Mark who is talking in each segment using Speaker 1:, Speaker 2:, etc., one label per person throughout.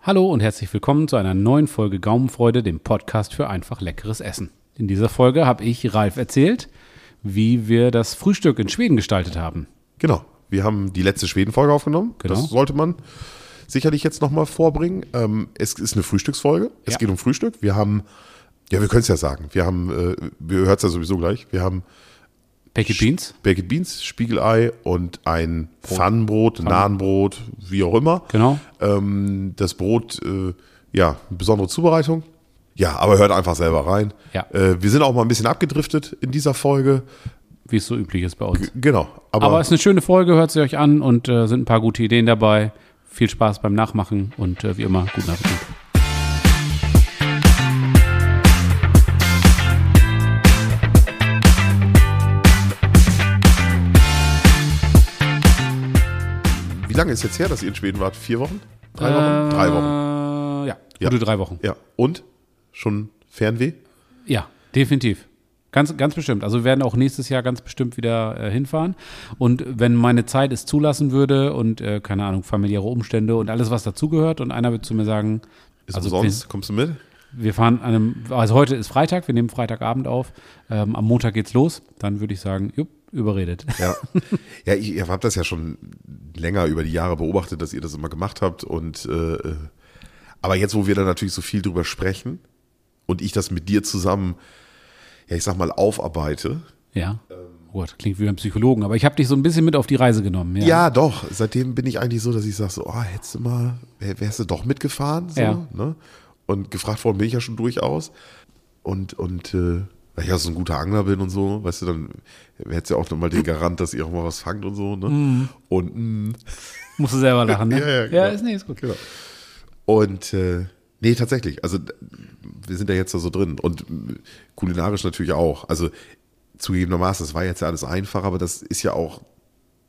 Speaker 1: Hallo und herzlich willkommen zu einer neuen Folge Gaumenfreude, dem Podcast für einfach leckeres Essen. In dieser Folge habe ich Ralf erzählt, wie wir das Frühstück in Schweden gestaltet haben.
Speaker 2: Genau. Wir haben die letzte Schwedenfolge aufgenommen.
Speaker 1: Genau.
Speaker 2: Das sollte man sicherlich jetzt nochmal vorbringen. Ähm, es ist eine Frühstücksfolge. Es
Speaker 1: Ja.
Speaker 2: geht um Frühstück. Wir haben, ja, wir können es ja sagen. Wir haben, äh, wir hört es ja sowieso gleich. Wir haben
Speaker 1: Baked Beans,
Speaker 2: Baked Beans, Spiegelei und ein Pfannenbrot, Nahenbrot, wie auch immer.
Speaker 1: genau.
Speaker 2: Ähm, das Brot, äh, ja, eine besondere Zubereitung. Ja, aber hört einfach selber rein.
Speaker 1: Ja.
Speaker 2: Äh, wir sind auch mal ein bisschen abgedriftet in dieser Folge.
Speaker 1: Wie es so üblich ist bei uns.
Speaker 2: Genau.
Speaker 1: Aber es ist eine schöne Folge, hört sie euch an und äh, sind ein paar gute Ideen dabei. Viel Spaß beim Nachmachen und äh, wie immer guten Appetit.
Speaker 2: Wie lange ist jetzt her, dass ihr in Schweden wart? Vier Wochen? Drei Wochen? Drei Wochen.
Speaker 1: Äh, ja,
Speaker 2: Ja.
Speaker 1: gute drei Wochen.
Speaker 2: Ja. Und? Schon Fernweh?
Speaker 1: Ja, definitiv. Ganz, ganz bestimmt. Also wir werden auch nächstes Jahr ganz bestimmt wieder äh, hinfahren. Und wenn meine Zeit es zulassen würde und, äh, keine Ahnung, familiäre Umstände und alles, was dazugehört und einer wird zu mir sagen,
Speaker 2: Ist
Speaker 1: also
Speaker 2: umsonst? Kommst du mit?
Speaker 1: Wir, wir fahren an einem, also heute ist Freitag, wir nehmen Freitagabend auf, ähm, am Montag geht's los, dann würde ich sagen, jupp, überredet.
Speaker 2: Ja. ja, ich, ich habe das ja schon länger über die Jahre beobachtet, dass ihr das immer gemacht habt. Und äh, äh, aber jetzt, wo wir da natürlich so viel drüber sprechen und ich das mit dir zusammen, ja, ich sag mal, aufarbeite.
Speaker 1: Ja. Gut, klingt wie beim Psychologen, aber ich habe dich so ein bisschen mit auf die Reise genommen. Ja.
Speaker 2: Ja, doch. Seitdem bin ich eigentlich so, dass ich sage: so, oh, hättest du mal, wär, wärst du doch mitgefahren? So,
Speaker 1: Ja.
Speaker 2: ne? Und gefragt worden bin ich ja schon durchaus. Und, und äh, weil ich auch so ein guter Angler bin und so, weißt du, dann hättest du ja auch nochmal den Garant, dass ihr auch mal was fangt und so, ne?
Speaker 1: Mhm.
Speaker 2: Und mh,
Speaker 1: Musst du selber lachen, ne?
Speaker 2: Ja, ja,
Speaker 1: ja
Speaker 2: genau.
Speaker 1: ist, nee, ist gut.
Speaker 2: Genau. Und äh, nee, tatsächlich. Also d- wir sind ja jetzt da so drin und mh, kulinarisch natürlich auch. Also zugegebenermaßen, das war jetzt ja alles einfach, aber das ist ja auch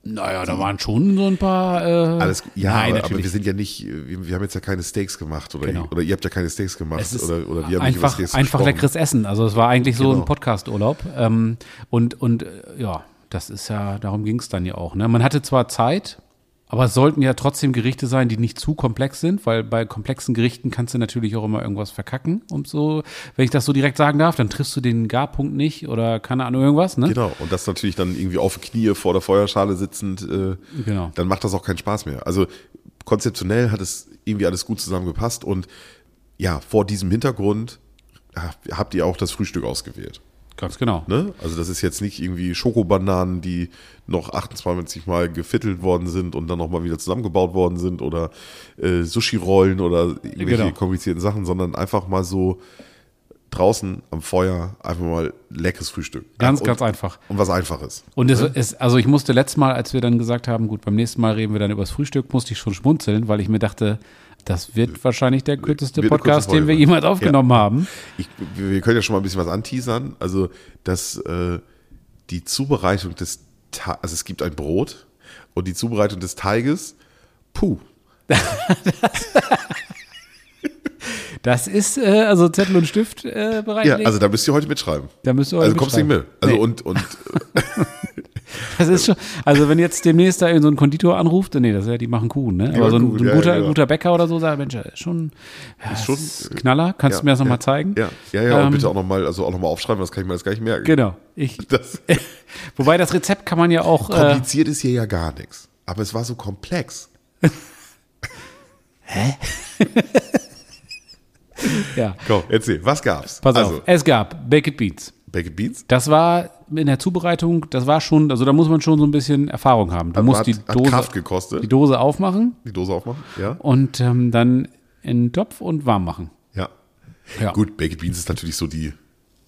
Speaker 1: Naja, da waren schon so ein paar. Äh,
Speaker 2: alles. Ja,
Speaker 1: nein,
Speaker 2: aber, aber
Speaker 1: natürlich.
Speaker 2: wir sind ja nicht, äh, wir, wir haben jetzt ja keine Steaks gemacht oder,
Speaker 1: Genau.
Speaker 2: oder ihr habt ja keine Steaks gemacht
Speaker 1: Es ist
Speaker 2: oder, oder wir haben nicht über
Speaker 1: einfach,
Speaker 2: Steaks
Speaker 1: einfach
Speaker 2: gesprochen.
Speaker 1: leckeres Essen. Also es war eigentlich so ein
Speaker 2: Genau.
Speaker 1: Podcast-Urlaub. Ähm, und und äh, ja, das ist ja, darum ging es dann ja auch. Ne? Man hatte zwar Zeit, aber es sollten ja trotzdem Gerichte sein, die nicht zu komplex sind, weil bei komplexen Gerichten kannst du natürlich auch immer irgendwas verkacken. Und so, wenn ich das so direkt sagen darf, dann triffst du den Garpunkt nicht oder keine Ahnung irgendwas. Ne?
Speaker 2: Genau, und das natürlich dann irgendwie auf Knie vor der Feuerschale sitzend, äh,
Speaker 1: Genau.
Speaker 2: dann macht das auch keinen Spaß mehr. Also konzeptionell hat es irgendwie alles gut zusammengepasst und ja, vor diesem Hintergrund ha- habt ihr auch das Frühstück ausgewählt.
Speaker 1: Ganz genau.
Speaker 2: Ne? Also das ist jetzt nicht irgendwie Schokobananen, die noch 28 Mal gefittelt worden sind und dann nochmal wieder zusammengebaut worden sind oder äh, Sushi-Rollen oder irgendwelche
Speaker 1: Genau.
Speaker 2: komplizierten Sachen, sondern einfach mal so draußen am Feuer einfach mal leckeres Frühstück.
Speaker 1: Ganz,
Speaker 2: und,
Speaker 1: ganz einfach.
Speaker 2: Und was Einfaches.
Speaker 1: Und es, es, also ich musste letztes Mal, als wir dann gesagt haben, gut, beim nächsten Mal reden wir dann über das Frühstück, musste ich schon schmunzeln, weil ich mir dachte, das wird wahrscheinlich der kürzeste
Speaker 2: Äh, Wird eine kurze
Speaker 1: Podcast, den
Speaker 2: Folge
Speaker 1: wir
Speaker 2: sein.
Speaker 1: jemals aufgenommen haben.
Speaker 2: Ich, wir wir können ja schon mal ein bisschen was anteasern. Also, dass äh, die Zubereitung des Ta also es gibt ein Brot und die Zubereitung des Teiges, puh,
Speaker 1: Das ist äh, also Zettel und Stift äh,
Speaker 2: ja,
Speaker 1: bereitlegen.
Speaker 2: also da müsst ihr heute mitschreiben.
Speaker 1: da müsst ihr euch
Speaker 2: Also kommst du nicht mit.
Speaker 1: mitschreiben.
Speaker 2: Also
Speaker 1: nee,
Speaker 2: und, und
Speaker 1: das ist schon, also wenn jetzt demnächst da irgend so ein Konditor anruft, nee, das ist ja, die machen Kuchen, ne? Aber so ein,
Speaker 2: machen
Speaker 1: so ein
Speaker 2: Kuchen, ja,
Speaker 1: guter,
Speaker 2: ja, genau.
Speaker 1: guter Bäcker oder so sagt, Mensch, äh, schon, ja, ist
Speaker 2: schon,
Speaker 1: schon Knaller, kannst du mir das nochmal
Speaker 2: ja,
Speaker 1: mal zeigen?
Speaker 2: Ja, ja, ja, und
Speaker 1: Ähm,
Speaker 2: bitte auch nochmal, also auch nochmal aufschreiben, das kann ich mir jetzt gar nicht merken.
Speaker 1: Genau. Ich,
Speaker 2: Das,
Speaker 1: wobei das Rezept kann man ja auch. Äh,
Speaker 2: kompliziert ist hier ja gar nichts. Aber es war so komplex.
Speaker 1: äh, ja.
Speaker 2: Komm, erzähl, was gab's?
Speaker 1: Pass
Speaker 2: also,
Speaker 1: auf, es gab Baked Beans.
Speaker 2: Baked Beans.
Speaker 1: Das war in der Zubereitung, das war schon, also da muss man schon so ein bisschen Erfahrung haben. Du musst
Speaker 2: Also hat,
Speaker 1: die
Speaker 2: hat
Speaker 1: Dose,
Speaker 2: Kraft gekostet.
Speaker 1: die
Speaker 2: Die,
Speaker 1: Dose aufmachen
Speaker 2: Dose aufmachen. Ja.
Speaker 1: und ähm, dann in den Topf und warm machen.
Speaker 2: ja.
Speaker 1: Ja.
Speaker 2: Gut, Baked Beans ist natürlich so die,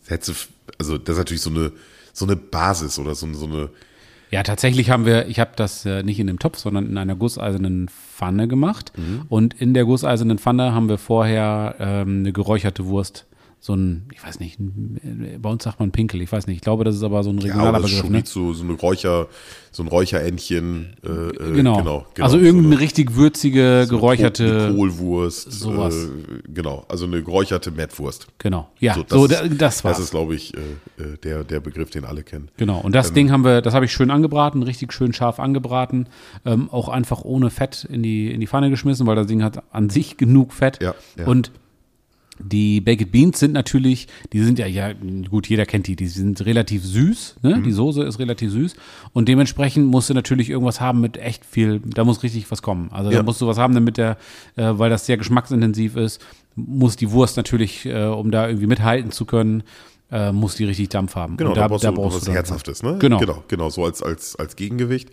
Speaker 2: hättest du f- also das ist natürlich so eine, so eine Basis oder so, so eine,
Speaker 1: Ja, tatsächlich haben wir, ich habe das äh, nicht in dem Topf, sondern in einer gusseisernen Pfanne
Speaker 2: Mhm.
Speaker 1: gemacht. Und in der gusseisernen Pfanne haben wir vorher ähm, eine geräucherte Wurst so ein, ich weiß nicht, ein- bei uns sagt man Pinkel, ich weiß nicht. Ich glaube, das ist aber so ein
Speaker 2: Ja, aber
Speaker 1: regionaler
Speaker 2: das ist
Speaker 1: Begriff.
Speaker 2: schon
Speaker 1: Ne?
Speaker 2: nicht so, so ein Räucher, so ein Räucherentchen. Äh, äh,
Speaker 1: Genau. Also irgendeine richtig würzige,
Speaker 2: Eine
Speaker 1: geräucherte.
Speaker 2: Kohlwurst.
Speaker 1: sowas.
Speaker 2: Äh, genau, also eine geräucherte Mettwurst.
Speaker 1: Genau. Ja, so, das, da-
Speaker 2: ist-
Speaker 1: das war's.
Speaker 2: Das ist, glaube ich, äh, äh, der, der Begriff, den alle kennen.
Speaker 1: Genau, und
Speaker 2: Ähm,
Speaker 1: das Ding haben wir, das habe ich schön angebraten, richtig schön scharf angebraten, ähm, auch einfach ohne Fett in die, in die Pfanne geschmissen, weil das Ding hat an sich genug Fett.
Speaker 2: Ja, ja.
Speaker 1: Und die Baked Beans sind natürlich, die sind ja, ja, gut, jeder kennt die, die sind relativ süß,
Speaker 2: Mhm.
Speaker 1: ne? die Soße ist relativ süß und dementsprechend musst du natürlich irgendwas haben mit echt viel, da muss richtig was kommen. Also da
Speaker 2: Ja.
Speaker 1: musst du was haben, damit der, äh, weil das sehr geschmacksintensiv ist, muss die Wurst natürlich, äh, um da irgendwie mithalten zu können, äh, muss die richtig Dampf haben.
Speaker 2: Genau,
Speaker 1: Und
Speaker 2: da, brauchst du was
Speaker 1: dann-
Speaker 2: Herzhaftes, ne?
Speaker 1: Genau.
Speaker 2: genau. Genau, so als, als, als Gegengewicht.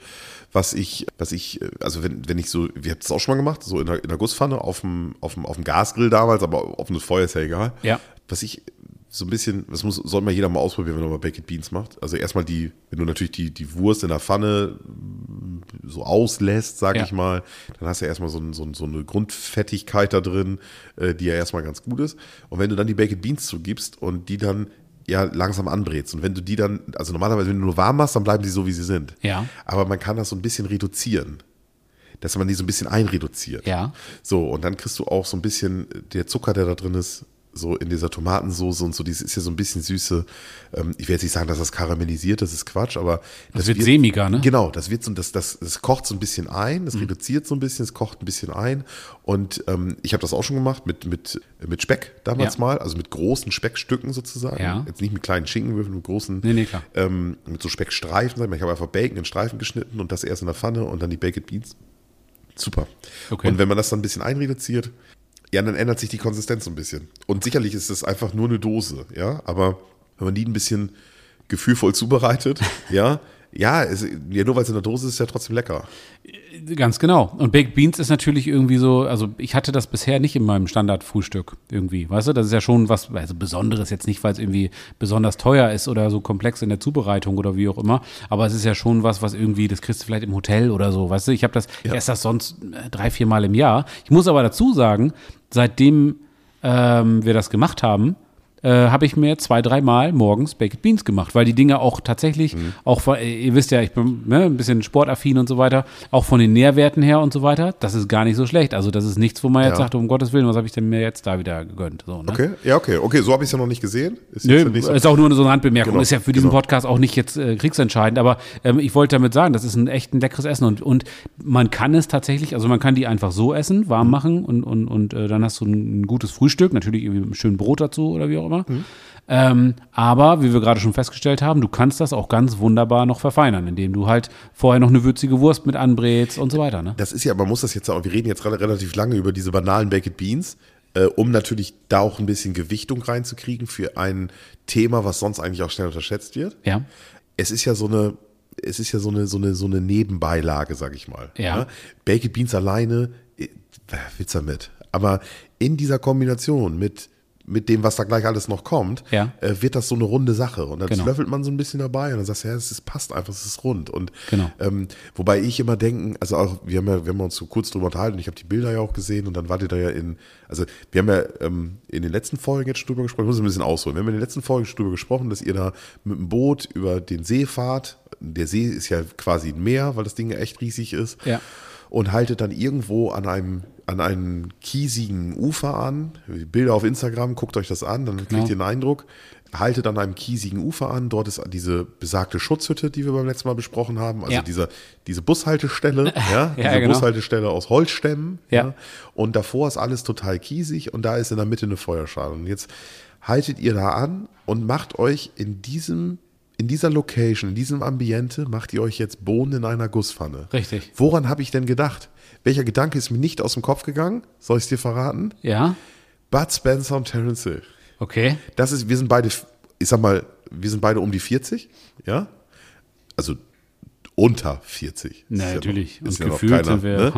Speaker 2: Was ich, was ich, äh, also wenn, wenn ich so, wir haben es auch schon mal gemacht, so in der, in der Gusspfanne, auf dem, auf dem, auf dem Gasgrill damals, aber offenes Feuer ist ja egal.
Speaker 1: Ja.
Speaker 2: Was ich so ein bisschen, das muss, soll mal jeder mal ausprobieren, wenn er mal Baked Beans macht. Also erstmal die, wenn du natürlich die, die Wurst in der Pfanne mm, so auslässt, sag
Speaker 1: Ja.
Speaker 2: ich mal, dann hast du ja erstmal so, ein, so, ein, so eine Grundfettigkeit da drin, äh, die ja erstmal ganz gut ist. Und wenn du dann die Baked Beans zugibst und die dann ja langsam anbrätst und wenn du die dann, also normalerweise, wenn du nur warm machst, dann bleiben sie so, wie sie sind.
Speaker 1: Ja.
Speaker 2: Aber man kann das so ein bisschen reduzieren. Dass man die so ein bisschen einreduziert.
Speaker 1: Ja.
Speaker 2: So, und dann kriegst du auch so ein bisschen der Zucker, der da drin ist, so in dieser Tomatensoße und so, dieses ist ja so ein bisschen süße. Ähm, ich will jetzt nicht sagen, dass das karamellisiert, das ist Quatsch, aber das,
Speaker 1: wird sämiger, ne?
Speaker 2: Genau, das wird so, das, das, das kocht so ein bisschen ein,
Speaker 1: Mhm.
Speaker 2: das reduziert so ein bisschen, es kocht ein bisschen ein. Und ähm, ich habe das auch schon gemacht mit, mit, mit Speck damals
Speaker 1: Ja.
Speaker 2: mal, also mit großen Speckstücken sozusagen.
Speaker 1: Ja.
Speaker 2: Jetzt nicht mit kleinen Schinkenwürfeln, mit großen
Speaker 1: Nee, nee, klar.
Speaker 2: ähm, mit so Speckstreifen. sag ich mal. Ich habe einfach Bacon in Streifen geschnitten und das erst in der Pfanne und dann die Baked Beans. Super.
Speaker 1: Okay.
Speaker 2: Und wenn man das dann ein bisschen einreduziert, ja, dann ändert sich die Konsistenz so ein bisschen. Und sicherlich ist es einfach nur eine Dose, ja, aber wenn man die ein bisschen gefühlvoll zubereitet, ja, ja, es, ja nur weil es in der Dose ist, ist ja trotzdem lecker.
Speaker 1: Ganz genau. Und Baked Beans ist natürlich irgendwie so, also ich hatte das bisher nicht in meinem Standardfrühstück irgendwie, weißt du? Das ist ja schon was also Besonderes jetzt nicht, weil es irgendwie besonders teuer ist oder so komplex in der Zubereitung oder wie auch immer. Aber es ist ja schon was, was irgendwie, das kriegst du vielleicht im Hotel oder so, weißt du? Ich habe das, ich esse das sonst äh, drei, vier Mal im Jahr. Ich muss aber dazu sagen, seitdem ähm, wir das gemacht haben, äh, habe ich mir zwei, dreimal morgens Baked Beans gemacht, weil die Dinge auch tatsächlich, auch von, äh, ihr wisst ja, ich bin ne, ein bisschen sportaffin und so weiter, auch von den Nährwerten her und so weiter, das ist gar nicht so schlecht. Also das ist nichts, wo man jetzt
Speaker 2: Ja.
Speaker 1: sagt, um Gottes Willen, was habe ich denn mir jetzt da wieder gegönnt? So, ne?
Speaker 2: Okay, ja, okay, okay, so habe ich es ja noch nicht gesehen. Ist jetzt
Speaker 1: Nö,
Speaker 2: ja nicht so-
Speaker 1: ist auch nur so eine Handbemerkung.
Speaker 2: Genau,
Speaker 1: ist ja für diesen
Speaker 2: genau.
Speaker 1: Podcast auch nicht jetzt äh, kriegsentscheidend, aber ähm, ich wollte damit sagen, das ist ein echt ein leckeres Essen und, und man kann es tatsächlich, also man kann die einfach so essen, warm
Speaker 2: Mhm.
Speaker 1: machen und, und, und äh, dann hast du ein, ein gutes Frühstück, natürlich irgendwie mit schönem Brot dazu oder wie auch immer.
Speaker 2: Mhm.
Speaker 1: Ähm, aber wie wir gerade schon festgestellt haben, du kannst das auch ganz wunderbar noch verfeinern, indem du halt vorher noch eine würzige Wurst mit anbrätst und so weiter. Ne?
Speaker 2: Das ist ja, man muss das jetzt auch, wir reden jetzt rel- relativ lange über diese banalen Baked Beans, äh, um natürlich da auch ein bisschen Gewichtung reinzukriegen für ein Thema, was sonst eigentlich auch schnell unterschätzt wird.
Speaker 1: Ja.
Speaker 2: Es ist ja so eine, es ist ja so eine, so eine, so eine Nebenbeilage, sag ich mal. ne?
Speaker 1: Ja.
Speaker 2: Baked Beans alleine, äh, Witz damit. Aber in dieser Kombination mit, mit dem, was da gleich alles noch kommt,
Speaker 1: Ja.
Speaker 2: äh, wird das so eine runde Sache. Und dann
Speaker 1: Genau.
Speaker 2: löffelt man so ein bisschen dabei und dann sagst du, ja, es ist, passt einfach, es ist rund. Und
Speaker 1: Genau.
Speaker 2: ähm, wobei ich immer denken, also auch, wir haben ja, wir haben uns so kurz drüber unterhalten, ich habe die Bilder ja auch gesehen und dann wart ihr da ja in, also wir haben ja ähm, in den letzten Folgen jetzt schon drüber gesprochen, ich muss ein bisschen ausholen, wir haben in den letzten Folgen schon drüber gesprochen, dass ihr da mit dem Boot über den See fahrt, der See ist ja quasi ein Meer, weil das Ding ja echt riesig ist
Speaker 1: Ja.
Speaker 2: und haltet dann irgendwo an einem an einem kiesigen Ufer an. Bilder auf Instagram, guckt euch das an, dann
Speaker 1: Genau.
Speaker 2: kriegt ihr einen Eindruck. Haltet an einem kiesigen Ufer an. Dort ist diese besagte Schutzhütte, die wir beim letzten Mal besprochen haben. Also
Speaker 1: Ja.
Speaker 2: dieser, diese Bushaltestelle, ja, diese
Speaker 1: genau.
Speaker 2: Bushaltestelle aus Holzstämmen.
Speaker 1: Ja.
Speaker 2: Und davor ist alles total kiesig und da ist in der Mitte eine Feuerschale. Und jetzt haltet ihr da an und macht euch in diesem, in dieser Location, in diesem Ambiente, macht ihr euch jetzt Bohnen in einer Gusspfanne.
Speaker 1: Richtig.
Speaker 2: Woran habe ich denn gedacht? Welcher Gedanke ist mir nicht aus dem Kopf gegangen? Soll ich es dir verraten?
Speaker 1: Ja.
Speaker 2: Bud Spencer und Terence Hill.
Speaker 1: Okay.
Speaker 2: Das ist, wir sind beide, ich sag mal, wir sind beide um die 40, ja? Also unter 40.
Speaker 1: Na,
Speaker 2: Ist ja
Speaker 1: natürlich.
Speaker 2: noch- ist
Speaker 1: Und
Speaker 2: ja noch
Speaker 1: gefühlt sind wir-
Speaker 2: Ne?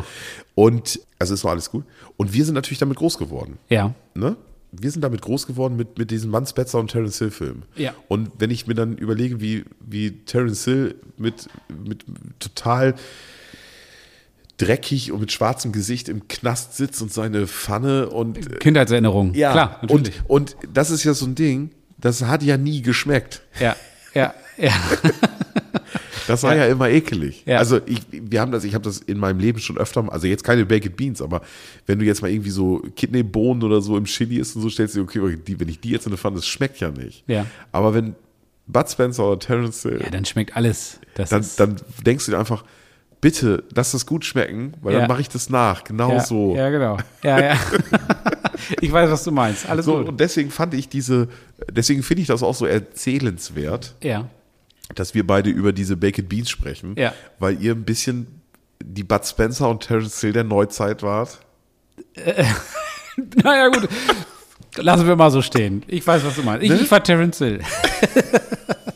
Speaker 2: Und, also ist noch alles gut. Und wir sind natürlich damit groß geworden
Speaker 1: Ja.
Speaker 2: ne? Wir sind damit groß geworden mit, mit diesen Mann Spencer und Terence Hill Filmen.
Speaker 1: Ja.
Speaker 2: Und wenn ich mir dann überlege, wie, wie Terence Hill mit, mit total dreckig und mit schwarzem Gesicht im Knast sitzt und seine Pfanne und äh,
Speaker 1: Kindheitserinnerungen.
Speaker 2: ja,
Speaker 1: klar,
Speaker 2: und,
Speaker 1: natürlich.
Speaker 2: und das ist ja so ein Ding, das hat ja nie geschmeckt.
Speaker 1: ja, ja, ja.
Speaker 2: Das war ja, immer ekelig.
Speaker 1: Ja.
Speaker 2: Also ich, wir haben das, ich habe das in meinem Leben schon öfter, mal- also jetzt keine Baked Beans, aber wenn du jetzt mal irgendwie so Kidneybohnen oder so im Chili isst und so, stellst du dir, okay, die, wenn ich die jetzt in eine Pfanne, das schmeckt ja nicht.
Speaker 1: Ja.
Speaker 2: Aber wenn Bud Spencer oder Terence Hill,
Speaker 1: Ja, dann schmeckt alles. Das
Speaker 2: dann,
Speaker 1: ist,
Speaker 2: dann denkst du dir einfach, bitte, lass das gut schmecken, weil
Speaker 1: Ja.
Speaker 2: dann mache ich das nach, genau
Speaker 1: ja,
Speaker 2: so.
Speaker 1: Ja, genau. Ja, ja. ich weiß, was du meinst. Alles
Speaker 2: so.
Speaker 1: gut.
Speaker 2: Und deswegen fand ich diese, deswegen finde ich das auch so erzählenswert,
Speaker 1: Ja.
Speaker 2: dass wir beide über diese Baked Beans sprechen,
Speaker 1: Ja.
Speaker 2: weil ihr ein bisschen die Bud Spencer und Terence Hill der Neuzeit wart.
Speaker 1: Naja, gut. Lassen wir mal so stehen. Ich weiß, was du meinst. Ich,
Speaker 2: Ne?
Speaker 1: ich war Terence Hill.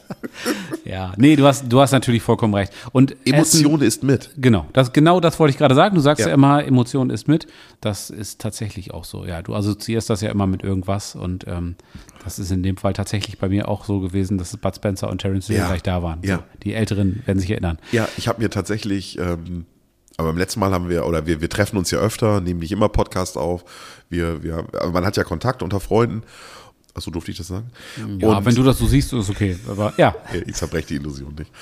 Speaker 1: ja, nee, du hast, du hast natürlich vollkommen recht. Und Essen,
Speaker 2: Emotion ist mit.
Speaker 1: genau, das, genau das wollte ich gerade sagen. Du sagst ja.
Speaker 2: Ja.
Speaker 1: immer, Emotion ist mit. Das ist tatsächlich auch so. Ja, du assoziierst das ja immer mit irgendwas. Und ähm, das ist in dem Fall tatsächlich bei mir auch so gewesen, dass Bud Spencer und Terence Hill
Speaker 2: Ja.
Speaker 1: gleich da waren.
Speaker 2: Ja.
Speaker 1: So, die Älteren werden sich erinnern.
Speaker 2: Ja, ich habe mir tatsächlich, ähm, aber beim letzten Mal haben wir, oder wir, wir treffen uns ja öfter, nehmen nicht immer Podcast auf. Wir, wir, aber man hat ja Kontakt unter Freunden. Achso, durfte ich das sagen?
Speaker 1: Ja, wenn du das so siehst, ist okay. Aber ja,
Speaker 2: Äh, Ich zerbreche die Illusion nicht.